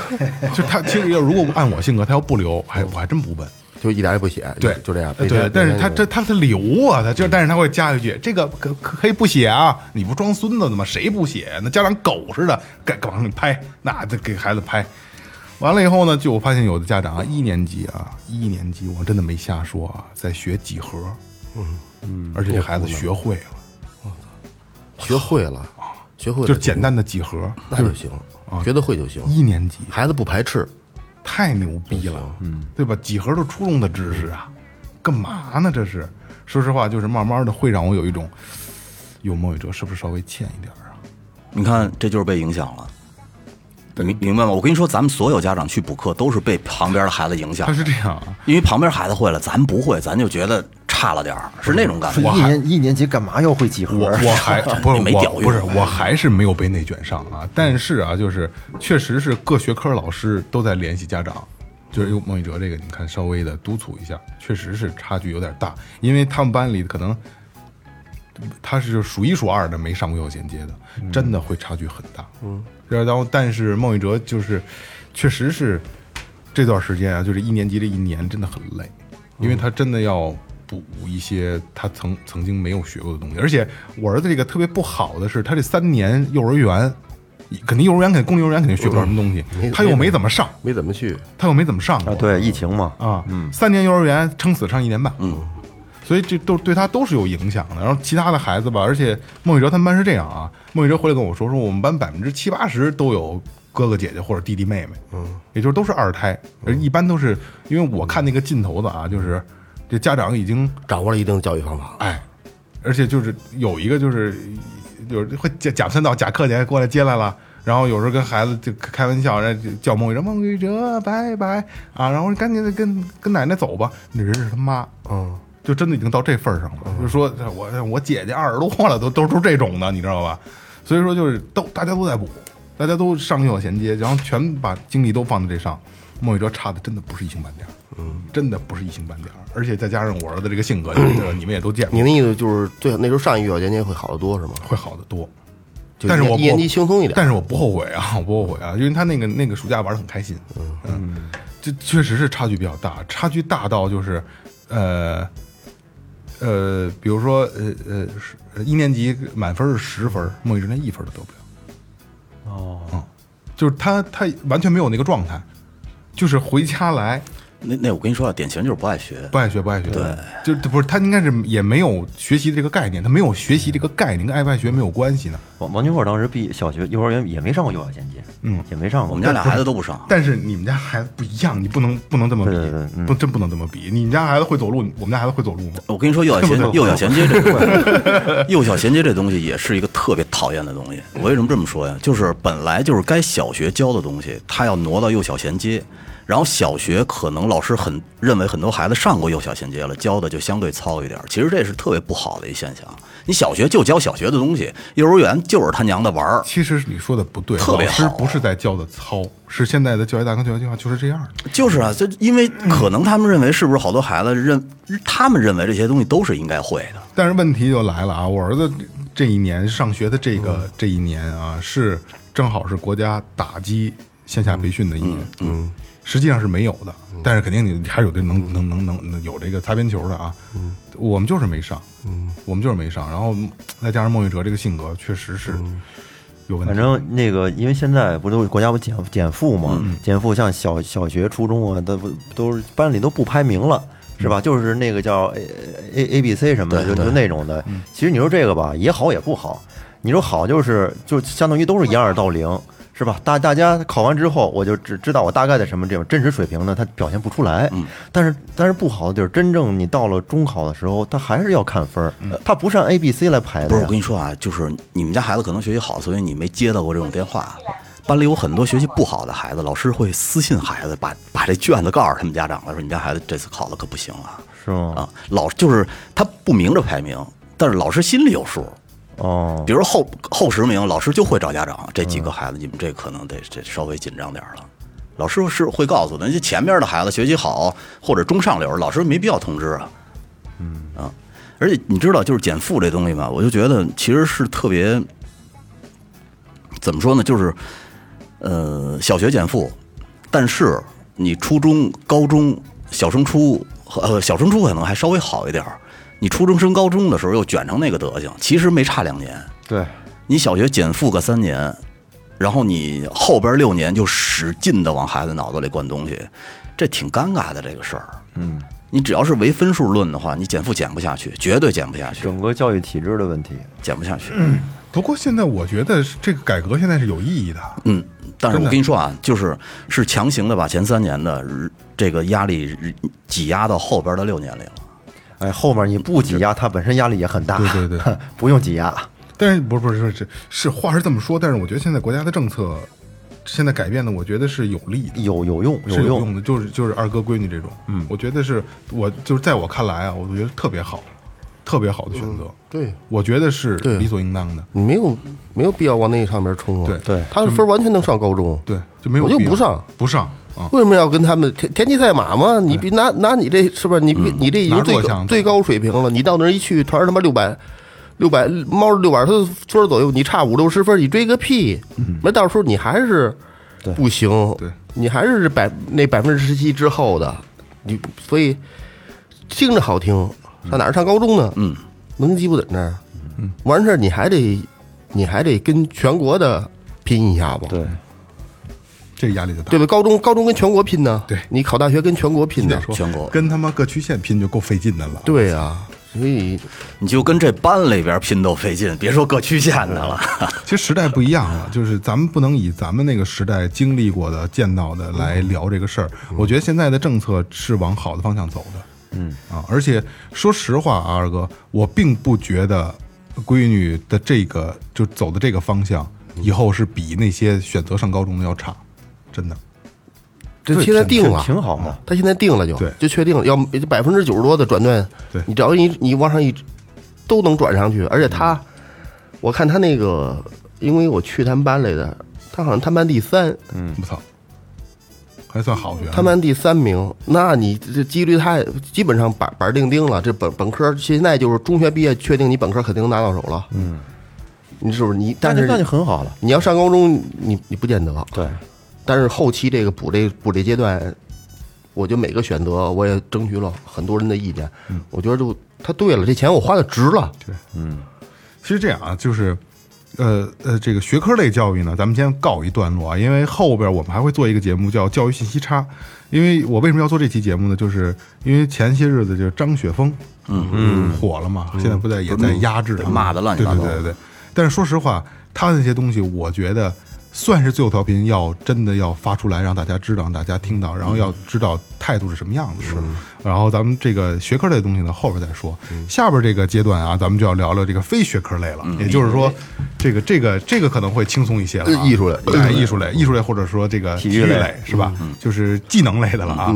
就他其实要如果按我性格，他要不留，还我还真不问。
就一点也不写，
对，呃
就这样。每
对
天，
但是
每天
他这他他留啊，
嗯
他就但是他会加一句，这个可可可以不写啊，你不装孙子呢吗？谁不写？那家长狗似的，该往上拍，那得给孩子拍。完了以后呢，就我发现有的家长啊，一年级啊，一年级我真的没瞎说啊，在学几何，嗯嗯，而且这孩子学会了，
学会了，学会了
就简单的几何，
那就行，学得会就行。
一年级
孩子不排斥，
太牛逼了，嗯，对吧？几何都初中的知识啊，干嘛呢？这是，说实话，就是慢慢的会让我有一种，有孟雨哲是不是稍微欠一点儿啊？
你看，这就是被影响了。明明白吗？我跟你说，咱们所有家长去补课都是被旁边的孩子影响
他，是这样啊，
因为旁边孩子会了，咱不会，咱就觉得差了点儿，是那种感觉。
一年一年级干嘛要会几何？
我我还不是
你没屌
我
用
不是我还是没有被内卷上啊，但是啊，就是确实是各学科老师都在联系家长，就是用孟雨哲这个，你看稍微的督促一下，确实是差距有点大，因为他们班里可能他是数一数二的没上过幼衔接的，真的会差距很大。嗯，然后但是孟雨哲就是，确实是这段时间啊，就是一年级这一年真的很累，因为他真的要补一些他曾曾经没有学过的东西。而且我儿子这个特别不好的是，他这三年幼儿园，肯定幼儿园肯定公立幼儿园肯定学不了什么东西，他又没怎么上，
没怎么去，
他又没怎么上过
啊，。对疫情嘛，
啊，
嗯
三年幼儿园撑死上一年半，嗯，所以这都对他都是有影响的。然后其他的孩子吧，而且孟雨哲他们班是这样啊，孟雨哲回来跟我说，说我们班百分之七八十都有哥哥姐姐或者弟弟妹妹，嗯，也就是都是二胎，而一般都是因为我看那个劲头子啊，就是这家长已经
掌握了一定的教育方法。
哎，而且就是有一个就是就是会假假三道假客气过来接来了。然后有时候跟孩子就开玩笑，然后就叫孟雨哲，孟雨哲，拜拜啊！然后赶紧的跟跟奶奶走吧，那人是他妈，
嗯，
就真的已经到这份儿上了，就说我我姐姐二十多了，都都都这种的，你知道吧？所以说就是都大家都在补，大家都上幼小衔接，然后全把精力都放在这上，孟雨哲差的真的不是一星半点儿，嗯，真的不是一星半点儿。而且再加上我儿子这个性格，这个你们也都见过，
你的意思就是最那时候上一个月衔接会好得多是吗？
会好得多。
就
但是我
一年级
不
轻松一点
但是我不后悔啊， 我不后悔啊，因为他那个那个暑假玩的很开心，嗯，这确实是差距比较大，差距大到就是，呃，呃，比如说呃呃是呃，一年级满分是十分，孟雨之连一分都得不了，哦，嗯，就是他他完全没有那个状态，就是回家来
那那我跟你说啊，典型就是不爱学
不。爱学不爱学，对，就不是他应该是也没有学习这个概念，他没有学习这个概念，跟爱不爱学没有关系呢。
王王军富当时毕小学、幼儿园也没上过幼儿衔接，嗯，也没上过。
我们家俩孩子都不上，
但是你们家孩子不一样，你不能不能这么比，
对对对嗯
不真不能这么比。你们家孩子会走路，我们家孩子会走路吗？
我跟你说，幼小衔幼小衔接这个， 幼小衔接这东西也是一个特别讨厌的东西。我为什么这么说呀？就是本来就是该小学教的东西，他要挪到幼小衔接，然后小学可能老师很认为很多孩子上过幼小衔接了，教的就相对糙一点儿。其实这是特别不好的一现象。你小学就教小学的东西，幼儿园就是他娘的玩儿，
其实你说的不对，
特别
老师
好
不是在教的糙，是现在的教育大纲教育计划就是这样的。
就是啊，这因为可能他们认为是不是好多孩子认，他们认为这些东西都是应该会的。
但是问题就来了啊，我儿子这一年上学的这个、这一年啊，是正好是国家打击线下培训的一年，嗯，实际上是没有的，但是肯定你还是有这能能能能能有这个擦边球的啊，嗯，我们就是没上，嗯，我们就是没上，然后嗯再加上孟玉哲这个性格，确实是有问题，
反正那个，因为现在不都是国家不减减负嘛，
嗯
减负像小小学、初中啊，都不都是班里都不排名了，是
嗯
吧？就是那个叫 A A A B C 什么的，就就那种的。
嗯
其实你说这个吧，也好也不好。你说好就是就相当于都是掩耳盗铃，是吧？大大家考完之后，我就只知道我大概的什么这种真实水平呢，他表现不出来。
嗯
但是但是不好的就是真正你到了中考的时候，他还是要看分儿，他不是按 A B C 来排
嗯不
的
是，
呀
我跟。你说啊，就是你们家孩子可能学习好，所以你没接到过这种电话。班里有很多学习不好的孩子，老师会私信孩子，把把这卷子告诉他们家长了，说你家孩子这次考的可不行啊。
是吗
啊，老就是他不明着排名，但是老师心里有数。
哦，
比如后后十名，老师就会找家长，这几个孩子你们这可能得这稍微紧张点儿了。老师是会告诉的，那些前面的孩子学习好或者中上流，老师没必要通知啊。嗯啊，而且你知道，就是减负这东西吧，我就觉得其实是特别怎么说呢，就是呃，小学减负，但是你初中、高中、小升初和呃小升初可能还稍微好一点儿，你初中升高中的时候又卷成那个德行，其实没差两年。
对。
你小学减负个三年，然后你后边六年就使劲的往孩子脑子里灌东西，这挺尴尬的这个事儿。嗯，你只要是唯分数论的话，你减负减不下去，绝对减不下去，
整个教育体制的问题。
减不下去。
不过现在我觉得这个改革现在是有意义的，
嗯，但是
真
我
的
跟你说啊，就是是强行的把前三年的呃这个压力呃挤压到后边的六年里了。
哎，后面你不挤压，它本身压力也很大。
对对对，
不用挤压。
但是不是不是不是是话是这么说，但是我觉得现在国家的政策现在改变的，我觉得是有利的。
有有用，
是有
用，
用的，就是就是二哥闺女这种，嗯，我觉得是我就是在我看来啊，我觉得特别好，特别好的选择，
对，
我觉得是
嗯对
理所应当的，
你没有没有必要往那上面冲啊。
对对
他的分儿完全能上高中。
对，就没有
我就
必要
不上
不上啊，
为什么要跟他们田田忌赛马嘛？你别拿拿你这是不是？你
嗯
别你这已经
拿
最
弱
高
项
最高水平了，你到那儿一去，全是他妈六百。六百猫六百分分左右，你差五六十分，你追个屁！那到时候你还是不行，
嗯对
你还是百那百分之十七之后的，你所以听着好听，上哪儿上高中呢？嗯，能鸡不在那儿，
嗯
完事儿你还得你还得跟全国的拼一下吧？
对，
这压力就大
对。吧？高中高中跟全国拼呢，
对
你考大学跟全国拼
你
呢
得，说
全国
跟他妈各区县拼就够费劲的了，
对啊，所以
你就跟这班里边拼斗费劲，别说各区县的了。
其实时代不一样了，就是咱们不能以咱们那个时代经历过的、见到的来聊这个事儿。我觉得现在的政策是往好的方向走的，嗯啊，而且说实话啊，二哥，我并不觉得闺女的这个就走的这个方向，以后是比那些选择上高中的要差，真的。
这现在定了，
挺好的。
他现在定了就
对
就确定了，要百分之九十多的转段，
对
你只要你你往上一都能转上去，
嗯
而且他，我看他那个，
嗯
因为我去他们班来的，他好像他们班第三，
我操，还算好学生。
他们第三名，那你这几率太基本上板板钉钉了。这本本科现在就是中学毕业，确定你本科肯定拿到手了。嗯，你是不是你？但
那就那就是很好了。
你要上高中，你你不见得。
对，
但是后期这个补这补这阶段，我就每个选择我也征询了很多人的意见，
嗯
我觉得就他对了，这钱我花的值了。
其实这样啊，就是，呃呃，这个学科类教育呢，咱们先告一段落啊，因为后边我们还会做一个节目叫《教育信息差》。因为我为什么要做这期节目呢？就是因为前些日子就是张雪峰，嗯嗯，火了嘛，现在不在也在压制他
对
吗
骂得乱七八糟
对对对对对。但是说实话，他那些东西，我觉得算是最后调频要真的要发出来，让大家知道，让大家听到，然后要知道态度是什么样子。是。然后咱们这个学科类的东西呢，后边再说。下边这个阶段啊，咱们就要聊聊这个非学科类了，也就是说，这个这个这个可能会轻松一些了、啊。
呃艺术类
对艺术类，艺术类或者说这个体
育
育
类
类是吧？就是技能类的了啊。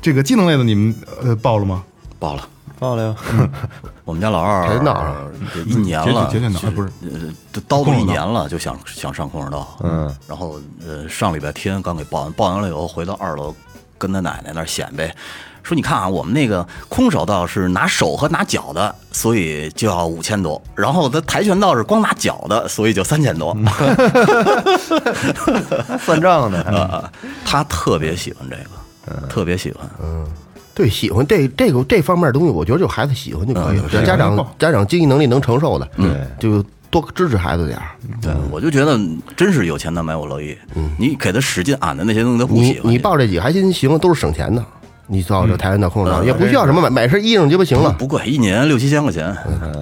这个技能类的你们呃报了吗？
报了。
报了呀，
我们家老二
还闹呢
这一年了，
截截截脑
就是
不是
呃，这叨叨一年了，就想想上空手道，嗯，然后呃，上礼拜天刚给报完，报完了以后回到二楼跟他奶奶那儿显摆，说你看啊，我们那个空手道是拿手和拿脚的，所以就要五千多，然后他跆拳道是光拿脚的，所以就三千多，
嗯
算账 呢。 还
啊， 他特别喜欢这
嗯
个，特别喜欢，
对，喜欢这这个这方面的东西，我觉得就孩子喜欢就可
嗯
以了。只要家
喜欢就
长
好
家长经济能力能承受的，就多支持孩子点儿。
对我就觉得真是有钱难买我乐意，你给他使劲俺的那些东西他不喜
嗯你
欢，
你报这几个还行行，都是省钱的。你照这台湾的空手道，
嗯嗯
也不需要什么买买身衣裳就不行了，
不贵，一年六七千块钱，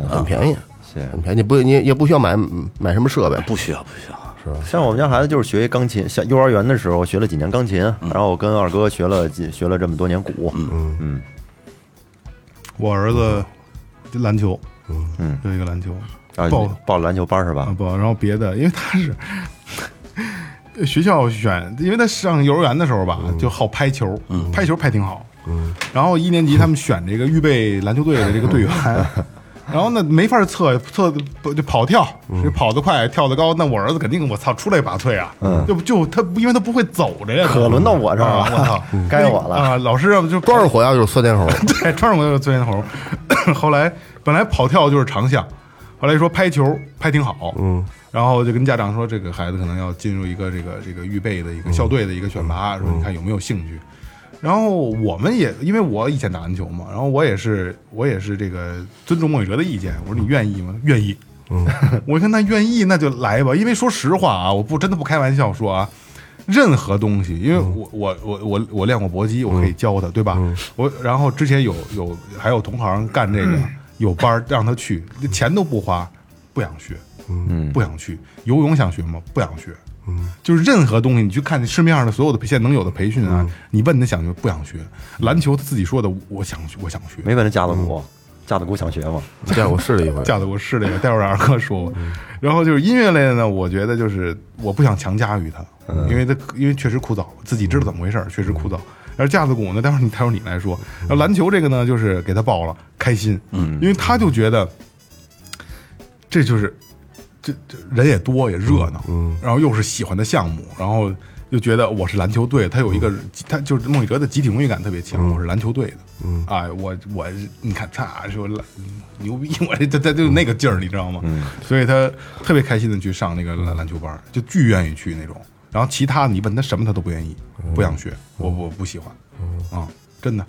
很便宜，
是
很便宜。不，你也不需要买买什么设备。
不需要不需要，
像我们家孩子就是学钢琴，像幼儿园的时候学了几年钢琴，然后我跟二哥学了几学了这么多年鼓，嗯
我儿子篮球，嗯，有一个篮球
啊，
报
报嗯了篮球班是吧
啊？不，然后别的，因为他是学校选，因为他上幼儿园的时候吧，就好拍球，拍球拍挺好。然后一年级他们选这个预备篮球队的这个队员， 然后呢没法测测不就跑跳，谁跑得快跳得高，那我儿子肯定我操出类拔萃啊，就就他因为他不会走着呀，
可轮到我这儿了
啊我操，
该我了
啊！老师要不就
光是火药就是 酸甜猴，
对，穿上我就是钻天猴。 后来本来跑跳就是长项，后来说拍球拍挺好，嗯，然后就跟家长说这个孩子可能要进入一个这个这个预备的一个校队的一个选拔，说你看有没有兴趣。然后我们也因为我以前打篮球嘛，然后我也是我也是这个尊重孟雨哲的意见，我说你愿意吗？愿意。 我一看他愿意，那就来吧。因为说实话啊，我不真的不开玩笑说啊，任何东西，因为我我我我我练过搏击，我可以教他，对吧？我然后之前有有还有同行干这个，有班儿让他去，钱都不花，不想学，嗯，不想去。游泳想学吗？不想学。嗯，就是任何东西，你去看市面上的所有的现在能有的培训啊，你问他想学不想学？篮球他自己说的，我想学，我想学，
没问他架子鼓，架子鼓想学吗？
这样我试了一回。
架子鼓是这个，待会儿让二哥说我。然后就是音乐类的呢，我觉得就是我不想强加于他，因为他因为确实枯燥，自己知道怎么回事儿，确实枯燥。而架子鼓呢，待会儿你待会儿你来说。然后篮球这个呢，就是给他报了，开心，嗯，因为他就觉得这就是这这人也多也热闹，嗯，然后又是喜欢的项目，然后就觉得我是篮球队，他有一个他就是孟雨哲的集体荣誉感特别强，我是篮球队的，嗯，哎，我我你看他说篮牛逼， 我这他他就那个劲儿，你知道吗？所以他特别开心的去上那个篮篮球班，就巨愿意去那种。然后其他你问他什么，他都不愿意，不想学，我我不喜欢，啊，真的，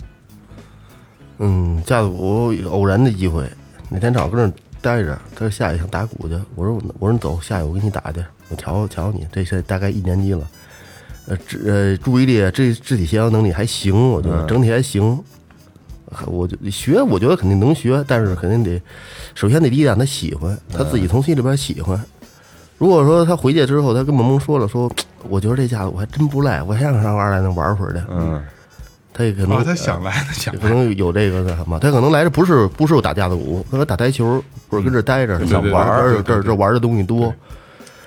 嗯，架子鼓偶然的机会，那天正好跟那儿待着，他说下去想打鼓去，我说我我说你走，下去我给你打去，我瞧瞧你，这现在大概一年级了，呃，肢呃注意力肢肢体协调能力还行，我觉得整体还行，我就学我觉得肯定能学，但是肯定得首先得第一让他喜欢，他自己从心里边喜欢。如果说他回去之后，他跟萌萌说了，说我觉得这架子我还真不赖，我还想上二来那玩会儿去。嗯，他也可能、
啊，他想来，他想
也
来
可能有这个那什么，他可能来这不是不是有打架子鼓，他可能打台球或者跟这儿待着，想玩儿，这儿这儿玩儿的东西多，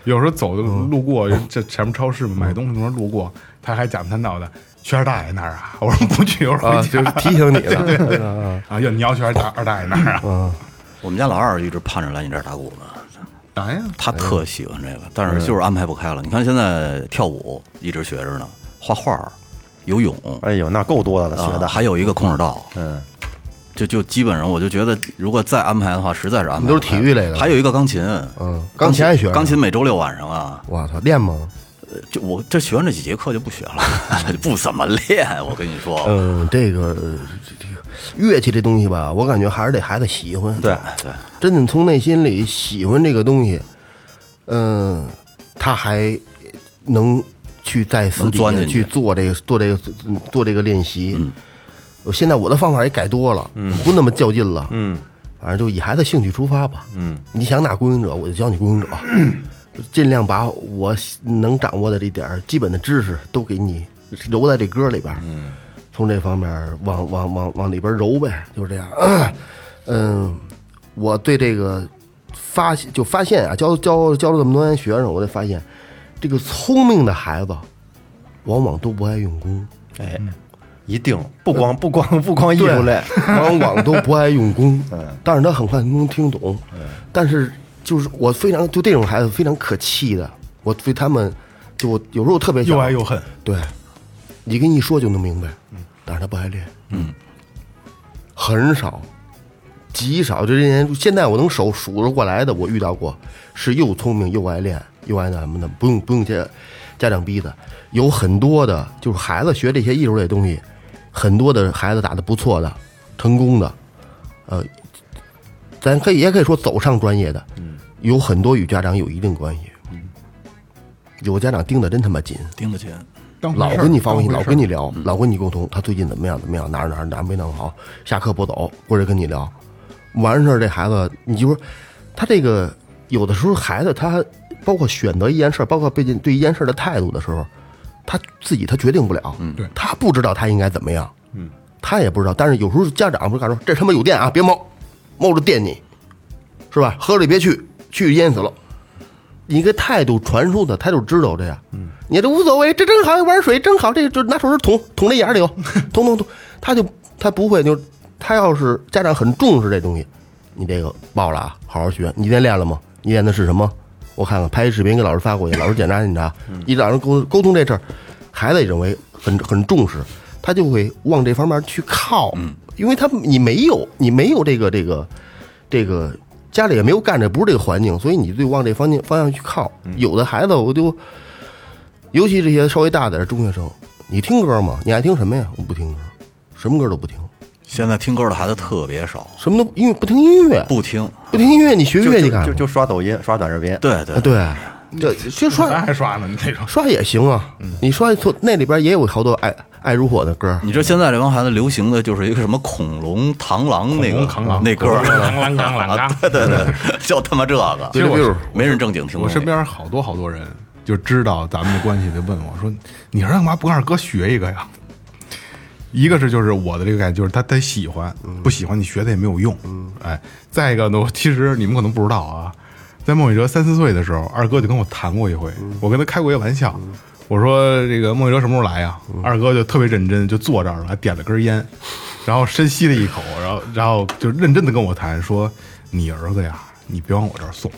有时候走的
嗯
路过，人这前面超市嘛，买东西的时候路过，他还假模假闹的，圈儿大爷那儿啊，我说不去，我说
啊，
回
就
家
是提醒你了。
啊，要你要圈儿大二大爷那儿啊，
我们家老二一直盼着来你这儿打鼓呢，
啥呀？
他特喜
哎
欢这个，但是就是安排不开了。你看现在跳舞一直学着呢，画画儿游泳
哎呦，那够多的了，学
啊，
的，
还有一个空手道，
嗯，
就就基本上我就觉得，如果再安排的话，实在是安排
你
不
都
开。
是体育类的
还有一个钢琴，
嗯钢琴还学呢
钢琴每周六晚上啊，
我操，练吗？
就我这学完这几节课就不学了， 不怎么练。我跟你说，
嗯，这个这个乐器这东西吧，我感觉还是得孩子喜欢。
对哎对，
真的从内心里喜欢这个东西，嗯，他还能去在私
能
底
钻
下
进
去嗯
去
做这个做这个做这个练习。我现在我的方法也改多了，不那么较劲了。嗯，反正就以孩子兴趣出发吧。嗯，你想打孤勇者，我就教你孤 勇者。尽量把我能掌握的这点儿基本的知识都给你揉在这歌里边，嗯，从这方面儿往往往往里边儿揉呗，就是这样。 嗯，我对这个发就发现啊，教教教了这么多年学生，我得发现，这个聪明的孩子往往都不爱用功，
哎，一定不光不光不 光艺术类，，
往往都不爱用功，但是他很快能听懂。但是就是我非常就这种孩子非常可气的，我对他们就我有时候特别想
又爱又恨。
对，你跟一说就能明白，但是他不爱练，嗯，很少，极少。就这些人，现在我能手数得过来的，我遇到过是又聪明又爱练又爱那什么的，不用不用家家长逼的，有很多的，就是孩子学这些艺术类东西，很多的孩子打得不错的，成功的，呃，咱可以也可以说走上专业的，有很多与家长有一定关系。有的家长盯得真他妈紧，
盯得紧。
当回
老
事儿
跟你发微信，
当
老
回事儿
跟你聊，老跟你沟通，他最近怎么样怎么样，哪儿哪儿哪儿没弄好，下课不走，或者跟你聊，完事儿这孩子，你就说他这个有的时候孩子他包括选择一件事儿，包括对对一件事儿的态度的时候，他自己他决定不了，嗯
对
他不知道他应该怎么样，嗯，他也不知道，但是有时候家长会敢说这他妈有电啊，别冒，冒着电你，是吧？河里别去，去淹死了。你个态度传输的，他就知道这样。嗯，你这无所谓，这真好，玩水真好，这就拿手指捅捅这眼里头，哦捅捅捅，他就他不会就他要是家长很重视这东西，你这个报了啊，好好学。你练练了吗？你练的是什么？我看看，拍一视频给老师发过去，老师检查检查。你啊老师沟沟通这事儿，孩子也认为很很重视，他就会往这方面去靠。嗯，因为他你没有你没有这个这个这个家里也没有干这，不是这个环境，所以你就往这方向方向去靠。有的孩子，我就尤其这些稍微大点儿的中学生，你听歌吗？你爱听什么呀？我不听歌，什么歌都不听，
现在听歌的孩子特别少，
什么都因为不听音乐，
不听。
不听音乐，你学
就
乐器
就
干
就
嘛？
就刷抖音刷短视频，
对对
啊，对，这其
咱
实刷
还刷呢，你那种
刷也行啊，你刷从那里边也有好多爱爱如火的歌儿，
你知道现在这帮孩子流行的就是一个什么恐龙、螳螂那个
恐龙螳螂
那歌儿，
螳螂螳螂
啊对对对，就他妈这个，
其实我
没人正经听过
我身边好多好多人就知道咱们的关系，就问我说：“你儿子干嘛不让哥学一个呀？”一个是就是我的这个感觉，就是他他喜欢，不喜欢你学他也没有用。哎，再一个呢，我其实你们可能不知道啊，在孟伟哲三四岁的时候，二哥就跟我谈过一回，我跟他开过一个玩笑，我说这个孟伟哲什么时候来呀、二哥就特别认真，就坐这儿了，点了根烟，然后深吸了一口，然后然后就认真的跟我谈说：“你儿子呀，你别往我这儿送。”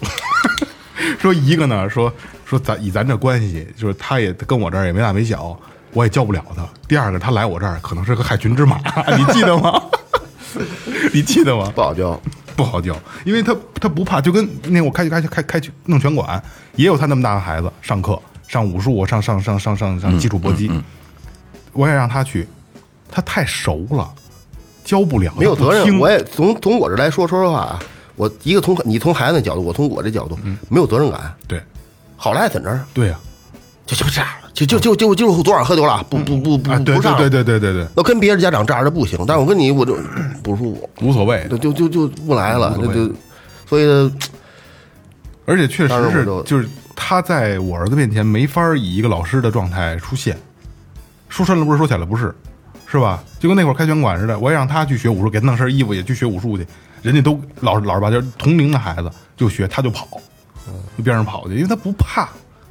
说一个呢，说说咱以咱这关系，就是他也跟我这儿也没大没小，我也教不了他。第二个，他来我这儿可能是个害群之马， 你记得吗？ 你记得吗？
不好教。
不好教，因为他他不怕，就跟那我开去开去开开去弄拳馆，也有他那么大个孩子上课上武术，上上上上上上基础搏击，我也让他去，他太熟了，教不了，
没有
他不
责任，
听
我也从从我这来说，说实话啊，我一个从你从孩子的角度，我从我这角度没有责任感，
对
好赖在哪儿？
对呀、
就就这样，就就就就就昨晚喝酒了，不不不
啊，
不
对
嗯不上
对
了，
对对对对对，
那跟别的家长这样的不行，但是我跟你我就不舒服，
无所谓，
就就就就不来了，
无所
就
谓
就，所以呢
而且确
当
实
时我
是
就，
就是他在我儿子面前没法以一个老师的状态出现，说穿了不是，说浅了不是，是吧？就跟那会儿开拳馆似的，我也让他去学武术，给他弄身衣服也去学武术去，人家都老老实巴交，同龄的孩子就学，他就跑，就边上跑去，因为他不怕，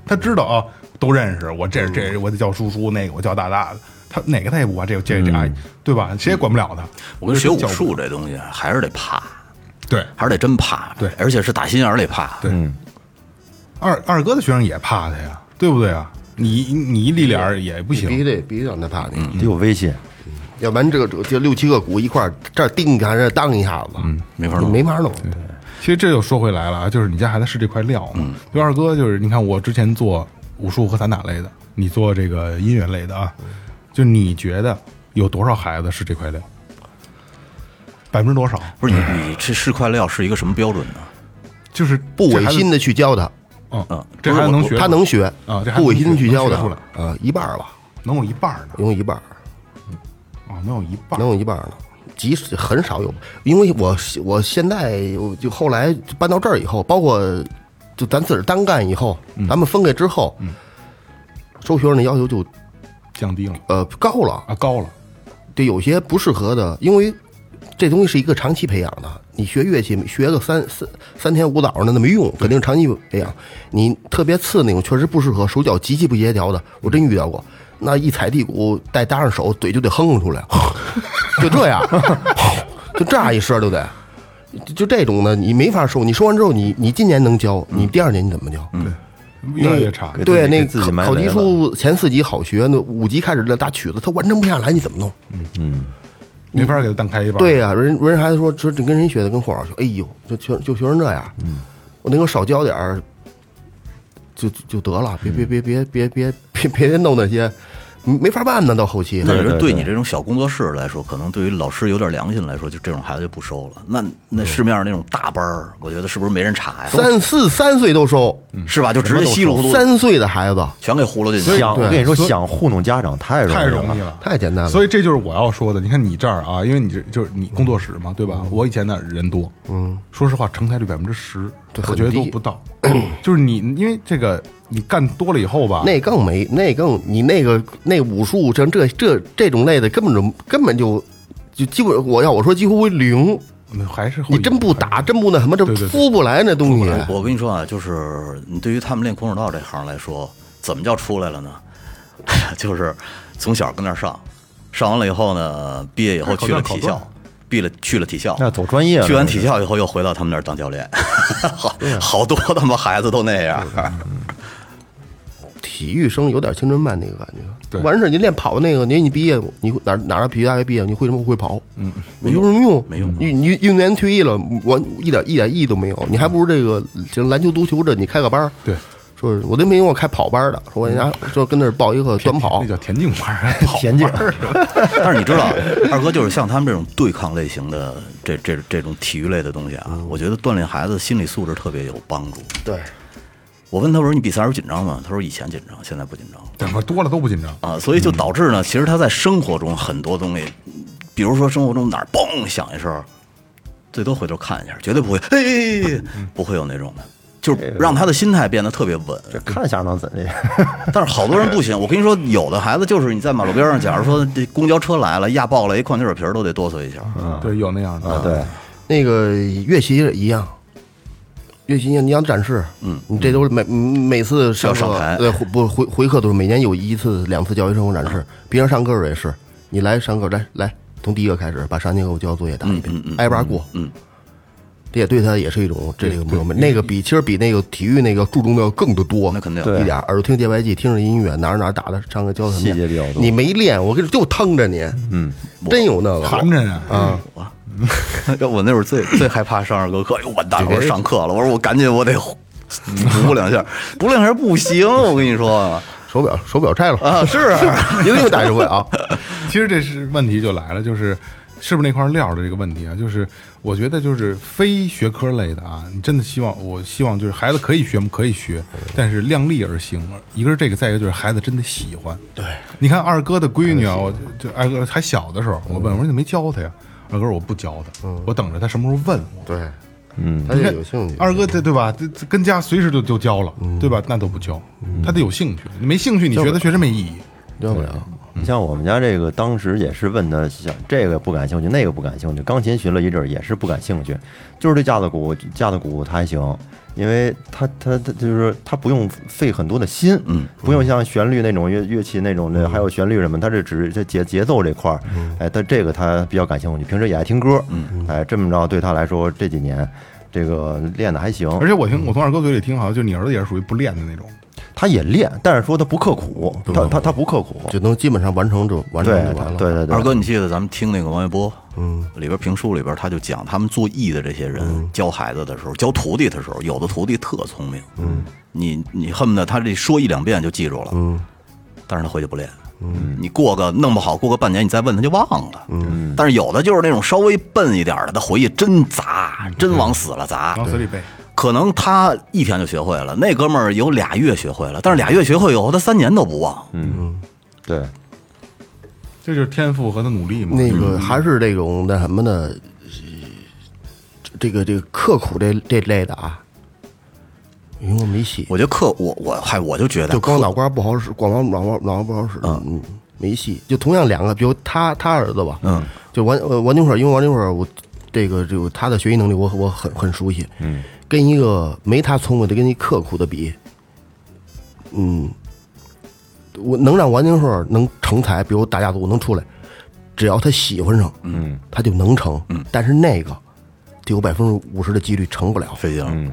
他知道啊，都认识我这这我得叫叔叔，那个我叫大大的，他哪个他也不怕，这这这阿姨，对吧？谁也管不了他。
我跟你学
这
武
叫不
术这东西啊还是得怕，
对。
还是得真怕，
对
嗯
而且是打心眼儿里怕，
对，二二哥的学生也怕他呀，对不对啊？你你一立脸儿也不
你必须
行，嗯
得必须让他怕你，
得有威胁。
要不然这个这这六七个鼓一块儿这儿叮一下，这儿当一下子，嗯，
没法弄
没法弄。
其实这又说回来了啊，就是你家孩子是这块料嘛。
嗯
就二哥，就是你看我之前做武术和散打类的，你做这个音乐类的啊，就你觉得有多少孩子是这块料？百分之多少？
不是你你这是块料是一个什么标准呢？
就是
不
这
违
孩子
心，的去教他，
嗯
嗯，
这孩子能学，
他能学
啊这还
不违心的去教
能学出来
他，呃，一半儿吧，
能有一半儿呢，
能有一半儿，
啊，能有一半儿
嗯能，有一半儿呢。极很少有，因为我我现在我就后来搬到这儿以后，包括就咱自个儿单干以后，咱们分开之后，收学生的要求就
降低了
呃高了，
啊，高了，
对有些不适合的，因为这东西是一个长期培养的。你学乐器学个三三三天五早的那没用，肯定是长期培养。你特别次那种确实不适合，手脚极其不协调的，我真遇到过。那一踩地鼓，带搭上手，嘴就得哼哼出来， 就这样，就这样一声就得。就就这种的，你没法收。你收完之后，你你今年能教，你第二年你怎么教？
越来越差。
对，那
嗯给自己
考
埋
考
雷
级
了
数前四级好学，那五级开始那打曲子，他完成不下来，你怎么弄？
没法给他单开一半。
对，呀、人人还说说这跟谁学的，跟霍老师学，哎呦，就学就学成这样，
嗯
我能够少教点儿，就就就得了，
嗯
别别别别别别别别弄那些，没法办呢，到后期。
但是对你这种小工作室来说，可能对于老师有点良心来说，就这种孩子就不收了。那
嗯
那市面上那种大班儿，我觉得是不是没人查呀？
三四三岁都收，
嗯
是吧？就直接稀里糊涂
三岁的孩子
全给糊了进去。
想，我跟你说，想糊弄家长太容易
太
了。
容易了。
太简单了。
所以这就是我要说的。你看你这儿啊，因为你这就是你工作室嘛，对
嗯
吧？我以前那儿人多，嗯，说实话，成才率百分之十，
对
我觉得
很低
都不到。就是你，因为这个你干多了以后吧，
那更没，那更你那个那武术像这这这种类的，根本就根本就就基本我要我说几乎为零，
那还是会
你真不打，真不那什么，这
对对对
敷不来那东西。
哎
我跟你说啊，就是你对于他们练空手道这行来说，怎么叫出来了呢？ 就是从小跟那儿上，上完了以后呢，毕业以
哎
后去了体校，毕了去了体校，
那走啊专业了
去完体校以后又回到他们那儿当教练， 好
啊
好多他妈孩子都那样。
嗯
体育生有点青春饭那个感觉。
对
完事儿你练跑那个，你你毕业，你哪哪儿体育大学毕业，你会什么会跑？嗯，没有什么用，
没用
你你运动员退役了，我一点一点意义都没有。你还不如这个这篮球、足球这，你开个班儿。
对，
说我都没给我开跑班儿的，说我人家说跟那儿报一个短跑
那，叫田径班 儿，跑
田径
班儿
但是你知道，二哥就是像他们这种对抗类型的这这这种体育类的东西
嗯
啊，我觉得锻炼孩子心理素质特别有帮助。
对，
我问他我说你比赛时候紧张吗？他说以前紧张，现在不紧张了
怎么多了都不紧张。
啊。所以就导致呢，其实他在生活中很多东西，比如说生活中哪儿嘣响一声，最多回头看一下，绝对不会嘿，不会有那种的，就是让他的心态变得特别稳。
这看下能怎的？啊
但是好多人不行，我跟你说，有的孩子就是你在马路边上，假如说这公交车来了压爆了一矿泉水瓶儿都得哆嗦一下。
嗯
对，有那样
啊
的，
对，
那个乐器也一样。乐器你要展示，嗯，你这都是每每次上课
要上台
对，回不回回课都是每年有一次两次教学生活展
嗯
示。别人上课时候也是，你来上课来来，从第一个开始把上节课我交作业打一遍，挨巴过，
嗯，
这也对他也是一种这个磨那个比其实比那个体育那个注重的要更的多，
那肯定
一点耳朵听节拍器，听着音乐哪儿哪儿打的，上课教什么
细节比较多
你没练，我跟你就腾着你，嗯，真有那个
寒碜啊，
嗯
我那会儿最最害怕上二哥课，哎呦完蛋了！我说上课了，我说我赶紧我得呼呼两下，呼两下不行，我跟你说
手表手表拆了
啊，是
一定打一回 啊！
其实这是问题就来了，就是是不是那块料的这个问题啊？就是我觉得就是非学科类的啊，你真的希望我希望就是孩子可以学吗？可以学，但是量力而行。一个是这个，再一个就是孩子真的喜欢。对，你看二哥的闺女啊，我就就二哥还小的时候，我问我说你怎么没教她呀？二哥说我不教她，我等着她什么时候问我。
对，嗯，他就嗯有兴趣。嗯
二哥这对吧？这这跟家随时就就教了，对吧？那都不教，他得有兴趣。你没兴趣，你学他确实没意义。
嗯啊要不了，
你像我们家这个，当时也是问他，想这个不感兴趣，那个不感兴趣。钢琴学了一阵儿也是不感兴趣，就是对架子鼓，架子鼓他还行，因为他他他就是他不用费很多的心，嗯，不用像旋律那种乐乐器那种的，还有旋律什么，他这只是这节节奏这块儿，哎，他这个他比较感兴趣，平时也爱听歌，嗯，哎，这么着对他来说这几年这个练的还行，
而且我听我从二哥嘴里听，好像就你儿子也是属于不练的那种。
他也练，但是说他不刻苦，他他他不刻苦，
就能基本上完成就完成
对
就完了。
对对对，
二哥，你记得咱们听那个王一波，嗯，里边评书里边他就讲他们做艺的这些人、教孩子的时候，教徒弟的时候，有的徒弟特聪明，嗯，你你恨不得他这说一两遍就记住了，嗯，但是他回去不练，嗯，你过个弄不好过个半年你再问他就忘了，嗯，但是有的就是那种稍微笨一点的，他回去真砸，真往死了砸，
往死里背。
可能他一天就学会了，那哥们儿有俩月学会了，但是俩月学会以后他三年都不忘，
嗯对
这就是天赋和他努力嘛。
那个还是这种那什么的，呃这个这个刻苦这这类的啊，因为我没戏，
我觉得刻我我还我就觉得
就光脑瓜不好使，光脑瓜脑瓜不好使，嗯，没戏。就同样两个，比如他他儿子吧，嗯，就王呃王金水，因为王金水我这个这个他的学习能力我我很很熟悉，嗯，跟一个没他聪明的跟一刻苦的比，嗯，我能让王金水能成才，比如打架子鼓能出来，只要他喜欢上，嗯，他就能成，嗯，但是那个得有百分之五十的几率成不了，
费劲了，
嗯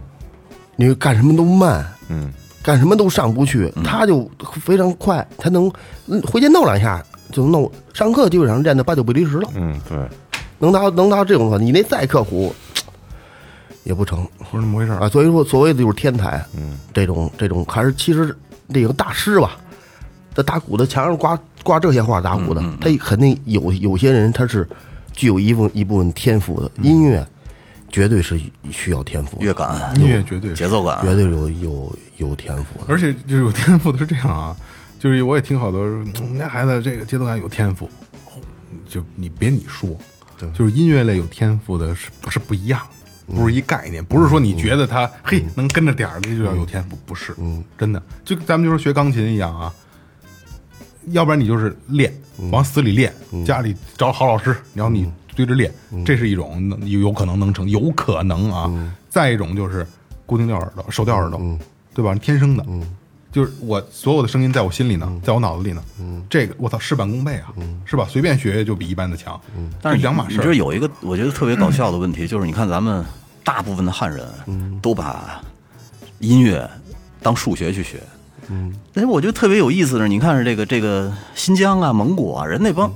你干什么都慢，嗯，干什么都上不去，他就非常快，他能嗯回去弄两下就能弄。上课基本上练的八九不离十了，
嗯对，
能达到能达到这种状态，你那再刻苦也不成
不是那么回事儿。
啊。所以说，所谓的就是天才，嗯，这种这种还是其实这个大师吧，在打鼓的墙上挂挂这些画打鼓的，他肯定有有些人他是具有一部分一部分天赋的，音乐绝对是需要天赋的，
乐感、
音乐绝对是
节奏感，
绝对有有有天赋的。
而且就是有天赋的是这样啊，就是我也听好多人说，嗯那孩子这个节奏感有天赋，就你别你说，就是音乐类有天赋的是不是不一样，
嗯
不是一概念，不是说你觉得他嘿能跟着点儿的就叫有天赋，不是，
嗯
真的，就咱们就说学钢琴一样啊，要不然你就是练，往死里练，家里找好老师，然后你对着练，这是一种能有有可能能成，有可能啊。再一种就是固定掉耳朵，手掉耳朵，对吧？天生的，就是我所有的声音在我心里呢，在我脑子里呢。这个我操，事半功倍啊，是吧？随便学就比一般的强，
但是
这两码事
你知
儿嗯
道。有一个我觉得特别搞笑的问题，就是你看咱们大部分的汉人都把音乐当数学去学，嗯，但是我觉得特别有意思的是，你看是这个这个新疆啊、蒙古啊，人那帮。
嗯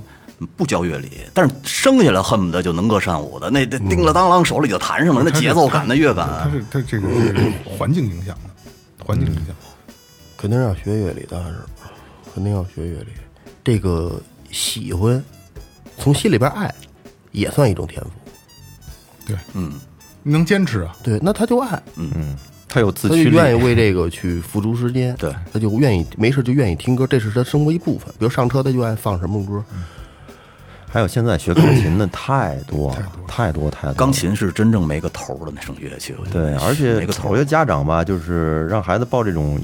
不教乐理，但是生下来恨不得就能歌善舞的，那
嗯
那叮了当啷手里就弹上了，那节奏感、那乐
它
感，
是它这个这个环境影响的，环境影响。
肯定要学乐理的，还是肯定要学乐理。这个喜欢，从心里边爱，也算一种天赋。
对，嗯，你能坚持啊？
对，那他就爱，
他有自
他就
驱力，
愿意为这个去付出时间。对，他就愿意没事就愿意听歌，这是他生活一部分。比如上车，他就爱放什么歌。
还有现在学钢琴的太多了，太多太多了，
钢琴是真正没个头儿的那种乐器，我觉得
对，而且
没个头
我觉
儿
得家长吧，就是让孩子报这种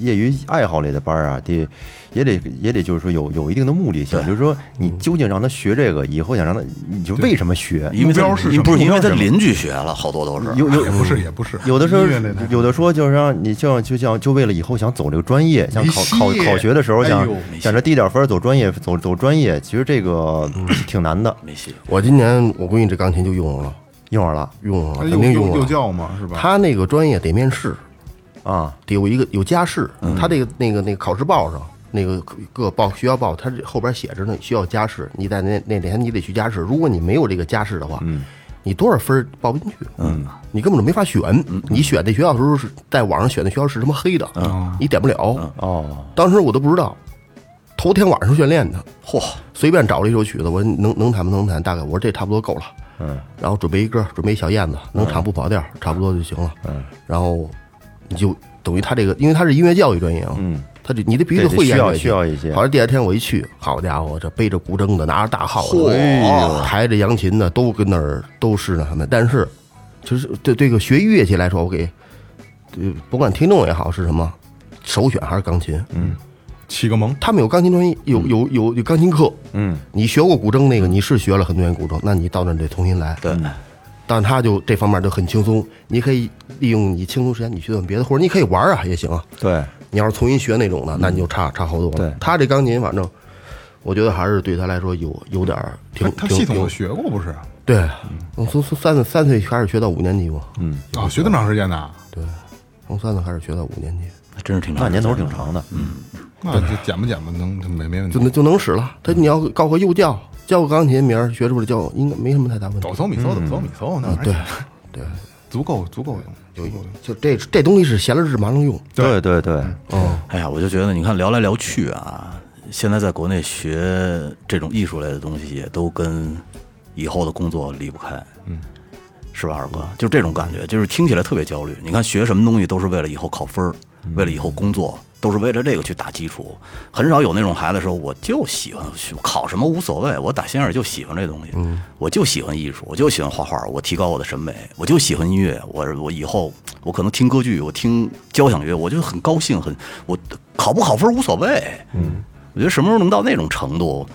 业余爱好类的班儿啊，得也得也得就是说有有一定的目的性，就是说你究竟让他学这个，以后想让他，你就为什么学？
因为他
目标是什么
不是因为
目标
他
是什么
邻居学了，好多都是
有有
也不是也不是，
有的时候
音乐类的，
有的说就是让你就像就像就为了以后想走这个专业，想
没
考
戏
考考学的时候
哎
想
呦
想着低点分儿走专业走走专业，其实这个
嗯
挺难的，
没戏。
我今年我闺女这钢琴就用上了，
一会儿了
用上
它
了，
幼
肯定啊
幼
哎用
幼
上了。
教嘛，是吧？
他那个专业得面试，
啊，
得有一个有家室，他这个那个那个考试报上那个各报学校报，他这后边写着呢，需要家室，你在那那天你得去家室，如果你没有这个家室的话，你多少分儿报不进去，嗯，你根本就没法选，你选那学校的时候是在网上选的学校是他妈黑的，你点不了，
哦，
当时我都不知道，头天晚上训练的，
嚯，
随便找了一首曲子，我说能能弹不能弹，大概我说这差不多够了，嗯，然后准备一歌，准备一小燕子，
嗯
能唱不跑调，差不多就行了，嗯，然后你就等于他这个，因为他是音乐教育专业啊，嗯，他就你得必须得
对
会演
需要
乐器
需要一些
好像第二天我一去，好家伙，这背着古筝的，拿着大号的，哎抬着扬琴的，都跟那儿都是那什么，但是其实对这个学乐器来说，我给，呃，甭管听众也好是什么，首选还是钢琴，嗯。
起个萌，
他们有钢琴专业，有有有有钢琴课。嗯，你学过古筝那个，你是学了很多年古筝，那你到那儿得重新来。
对，
嗯
但他就这方面就很轻松，你可以利用你轻松时间，你学点别的，或者你可以玩啊也行啊。
对，
你要是重新学那种的，那你就差差好多了。
对
他这钢琴，反正我觉得还是对他来说有有点儿挺
他他
挺
系统
挺
的学过不是？啊，
对，从从从三
啊
三岁开始学到五年级嘛，
学这么长时间呢？
从三岁开始学到五年级，
还真是挺长
那
时间，
年头挺长的，
啊那就剪吧剪吧，能没没问
就
题。
能就能使了。他你要搞个幼教，教个钢琴名儿，学出来就应该没什么太大问题
抖。擞米搜，抖
嗯
擞米搜，那玩意儿
对
对，足够足够用，足够用。
就这这东西是闲了日子忙着用，
对对对，
哎呀，我就觉得你看聊来聊去啊，现在在国内学这种艺术类的东西，也都跟以后的工作离不开，嗯，是吧，二哥？就是这种感觉，就是听起来特别焦虑。你看学什么东西都是为了以后考分儿，
嗯
为了以后工作，都是为了这个去打基础。很少有那种孩子说我就喜欢学考什么无所谓，我打心眼儿就喜欢这东西，
嗯
我就喜欢艺术，我就喜欢画画，我提高我的审美，我就喜欢音乐，我我以后我可能听歌剧，我听交响乐，我就很高兴，很我考不考分无所谓。嗯，我觉得什么时候能到那种程度，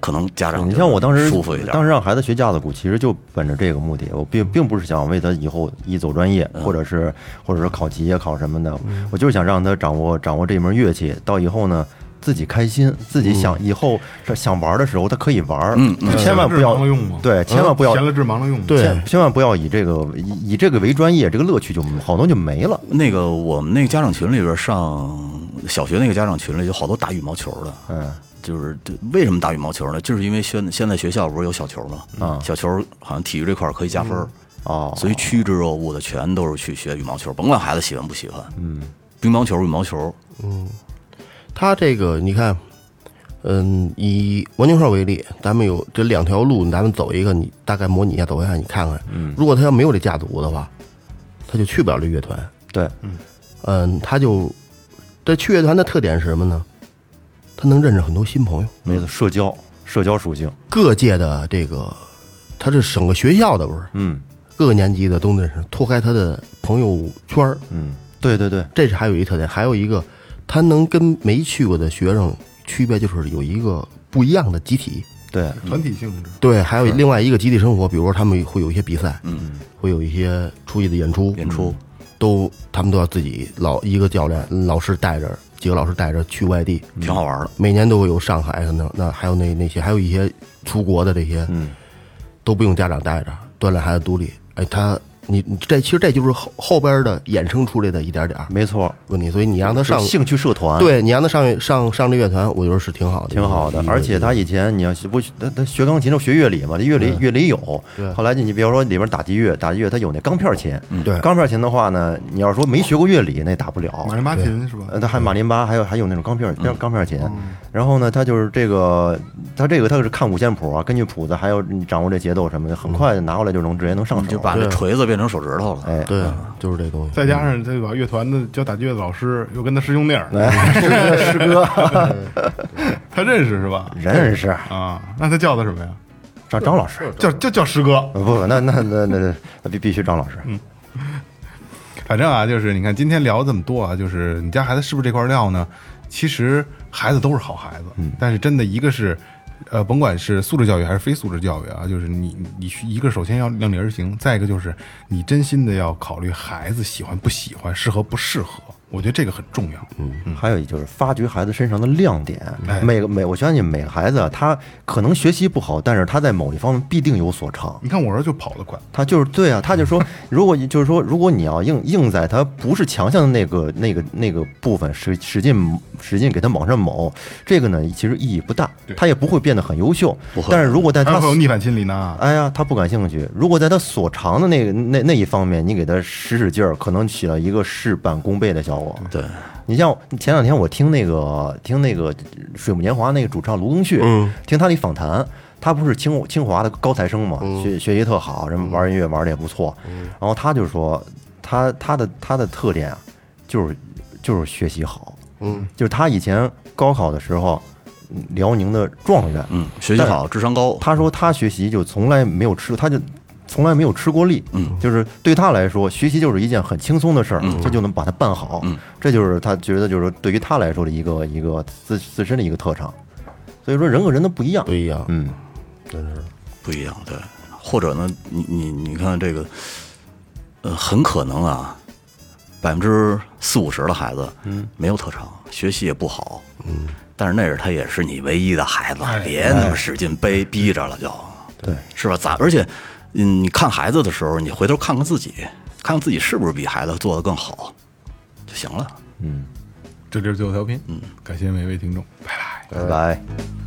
可能家长
你像我当时
舒服一点，
当时让孩子学架子鼓，其实就本着这个目的，我并并不是想为他以后一走专业，
嗯
或者是或者是考级啊考什么的，我就是想让他掌握掌握这门乐器，到以后呢。自己开心，自己想以后想玩的时候，他可以玩，
嗯
呃
他千万不
闲
要
了忙了用嘛嗯
对，千万不要
闲了治忙了用。，
千千万不要以这个以以这个为专业，这个乐趣就好多就没了。
那个我们那个家长群里边，上小学那个家长群里有好多打羽毛球的，
嗯，
就是这为什么打羽毛球呢？就是因为现现在学校不是有小球吗？
啊
小球好像体育这块儿可以加分儿，
哦，
所以趋之若鹜的全都是去学羽毛球，甭管孩子喜欢不喜欢。嗯，乒乓球、羽毛球，
他这个你看，嗯，以蜗牛哨为例，咱们有这两条路，咱们走一个，你大概模拟一下，走一下，你看看。如果他要没有这架子鼓的话，他就去不了这乐团。
对，
嗯，他就这去乐团的特点是什么呢？他能认识很多新朋友，
没错，社交社交属性，
各界的这个，他是整个学校的不是，
嗯
各个年级的都认识，拓开他的朋友圈儿，
嗯，对对对，
这是还有一特点，还有一个，他能跟没去过的学生区别就是有一个不一样的集体，
对，
团体性质。
对，还有另外一个集体生活，比如说他们会有一些比赛，嗯，会有一些出去的演出，
演出
都他们都要自己老一个教练老师带着几个老师带着去外地，
嗯
挺好玩的。
每年都会有上海可能那还有那那些还有一些出国的这些，嗯，都不用家长带着，锻炼孩子独立。哎，他你你这其实这就是后后边的衍生出来的一点点儿
没错，
问题，所以你让他
就
上
是兴趣社团，。
对你让他上上上这乐团，我觉得是挺好的，
啊
嗯
挺好的
一，个
而且他以前你要学不学他他学钢琴，他学乐理嘛，这乐理乐理有。后来你你比方说里边打击乐，打击乐他有那钢片琴，
对
钢片琴的话呢，你要说没学过乐理那打不了，
马林巴琴是吧？
呃，他还马林巴，还有还有那种钢片儿钢钢片儿琴。然后呢，他就是这个，他这个他是看五线谱啊，根据谱子还有你掌握这节奏什么的，很快拿过来就能直接能上
你就
手。
把这锤子变成手指头了，
哎，
对，就是这东西。
再加上这把乐团的教打击乐的老师又跟他师兄弟儿，
哎师哥，
他认识是吧？
认识
啊，那他叫他什么呀？
张张老师，
叫就叫师哥。
不不，那那那那那必必须张老师。
反正啊，就是你看今天聊这么多啊，就是你家孩子是不是这块料呢？其实孩子都是好孩子，但是真的一个是，呃，甭管是素质教育还是非素质教育啊，就是你你需一个首先要量力而行，再一个就是你真心的要考虑孩子喜欢不喜欢，适合不适合，我觉得这个很重要。嗯，哎
还有就是发掘孩子身上的亮点，每个每我相信每个孩子啊他可能学习不好，但是他在某一方面必定有所长。
你看我儿子就跑得快，
他就是对啊，他 就说，如果你就是说，如果你要硬硬在他不是强项的那个那个那个部分使使劲使劲给他往上猛，这个呢其实意义不大，他也不会变得很优秀。但是如果在
他啊
他
会哎有逆反心理呢。
哎呀他不感兴趣，如果在他所长的那个那那一方面，你给他使使劲儿，可能起到一个事半功倍的效果。
对，
你像前两天我听那个听那个《水木年华》那个主唱卢庚旭，听他那访谈，他不是清清华的高材生嘛，学学习特好，人玩音乐玩的也不错，然后他就说他他的他的特点啊，就是就是学习好，嗯，就是他以前高考的时候，嗯辽宁的状元，
嗯，学习好，智商高，
他说他学习就从来没有吃，他就从来没有吃过力。嗯，就是对他来说，学习就是一件很轻松的事儿，他就能把它办好。嗯，这就是他觉得就是对于他来说的一个一个自自身的一个特长。所以说人和人都不一样
不。一样，
嗯，
不一样，对。或者呢，你你你看这个，呃，很可能啊，百分之四五十的孩子，嗯，没有特长，学习也不好，嗯，哎但是那是他也是你唯一的孩子，别那么使劲背逼着了就，
对，
是吧？咋？而且，嗯，你看孩子的时候，你回头看看自己，看看自己是不是比孩子做的更好，就行了。
嗯，这就是最后调频，嗯，感谢每位听众，拜拜。
拜拜。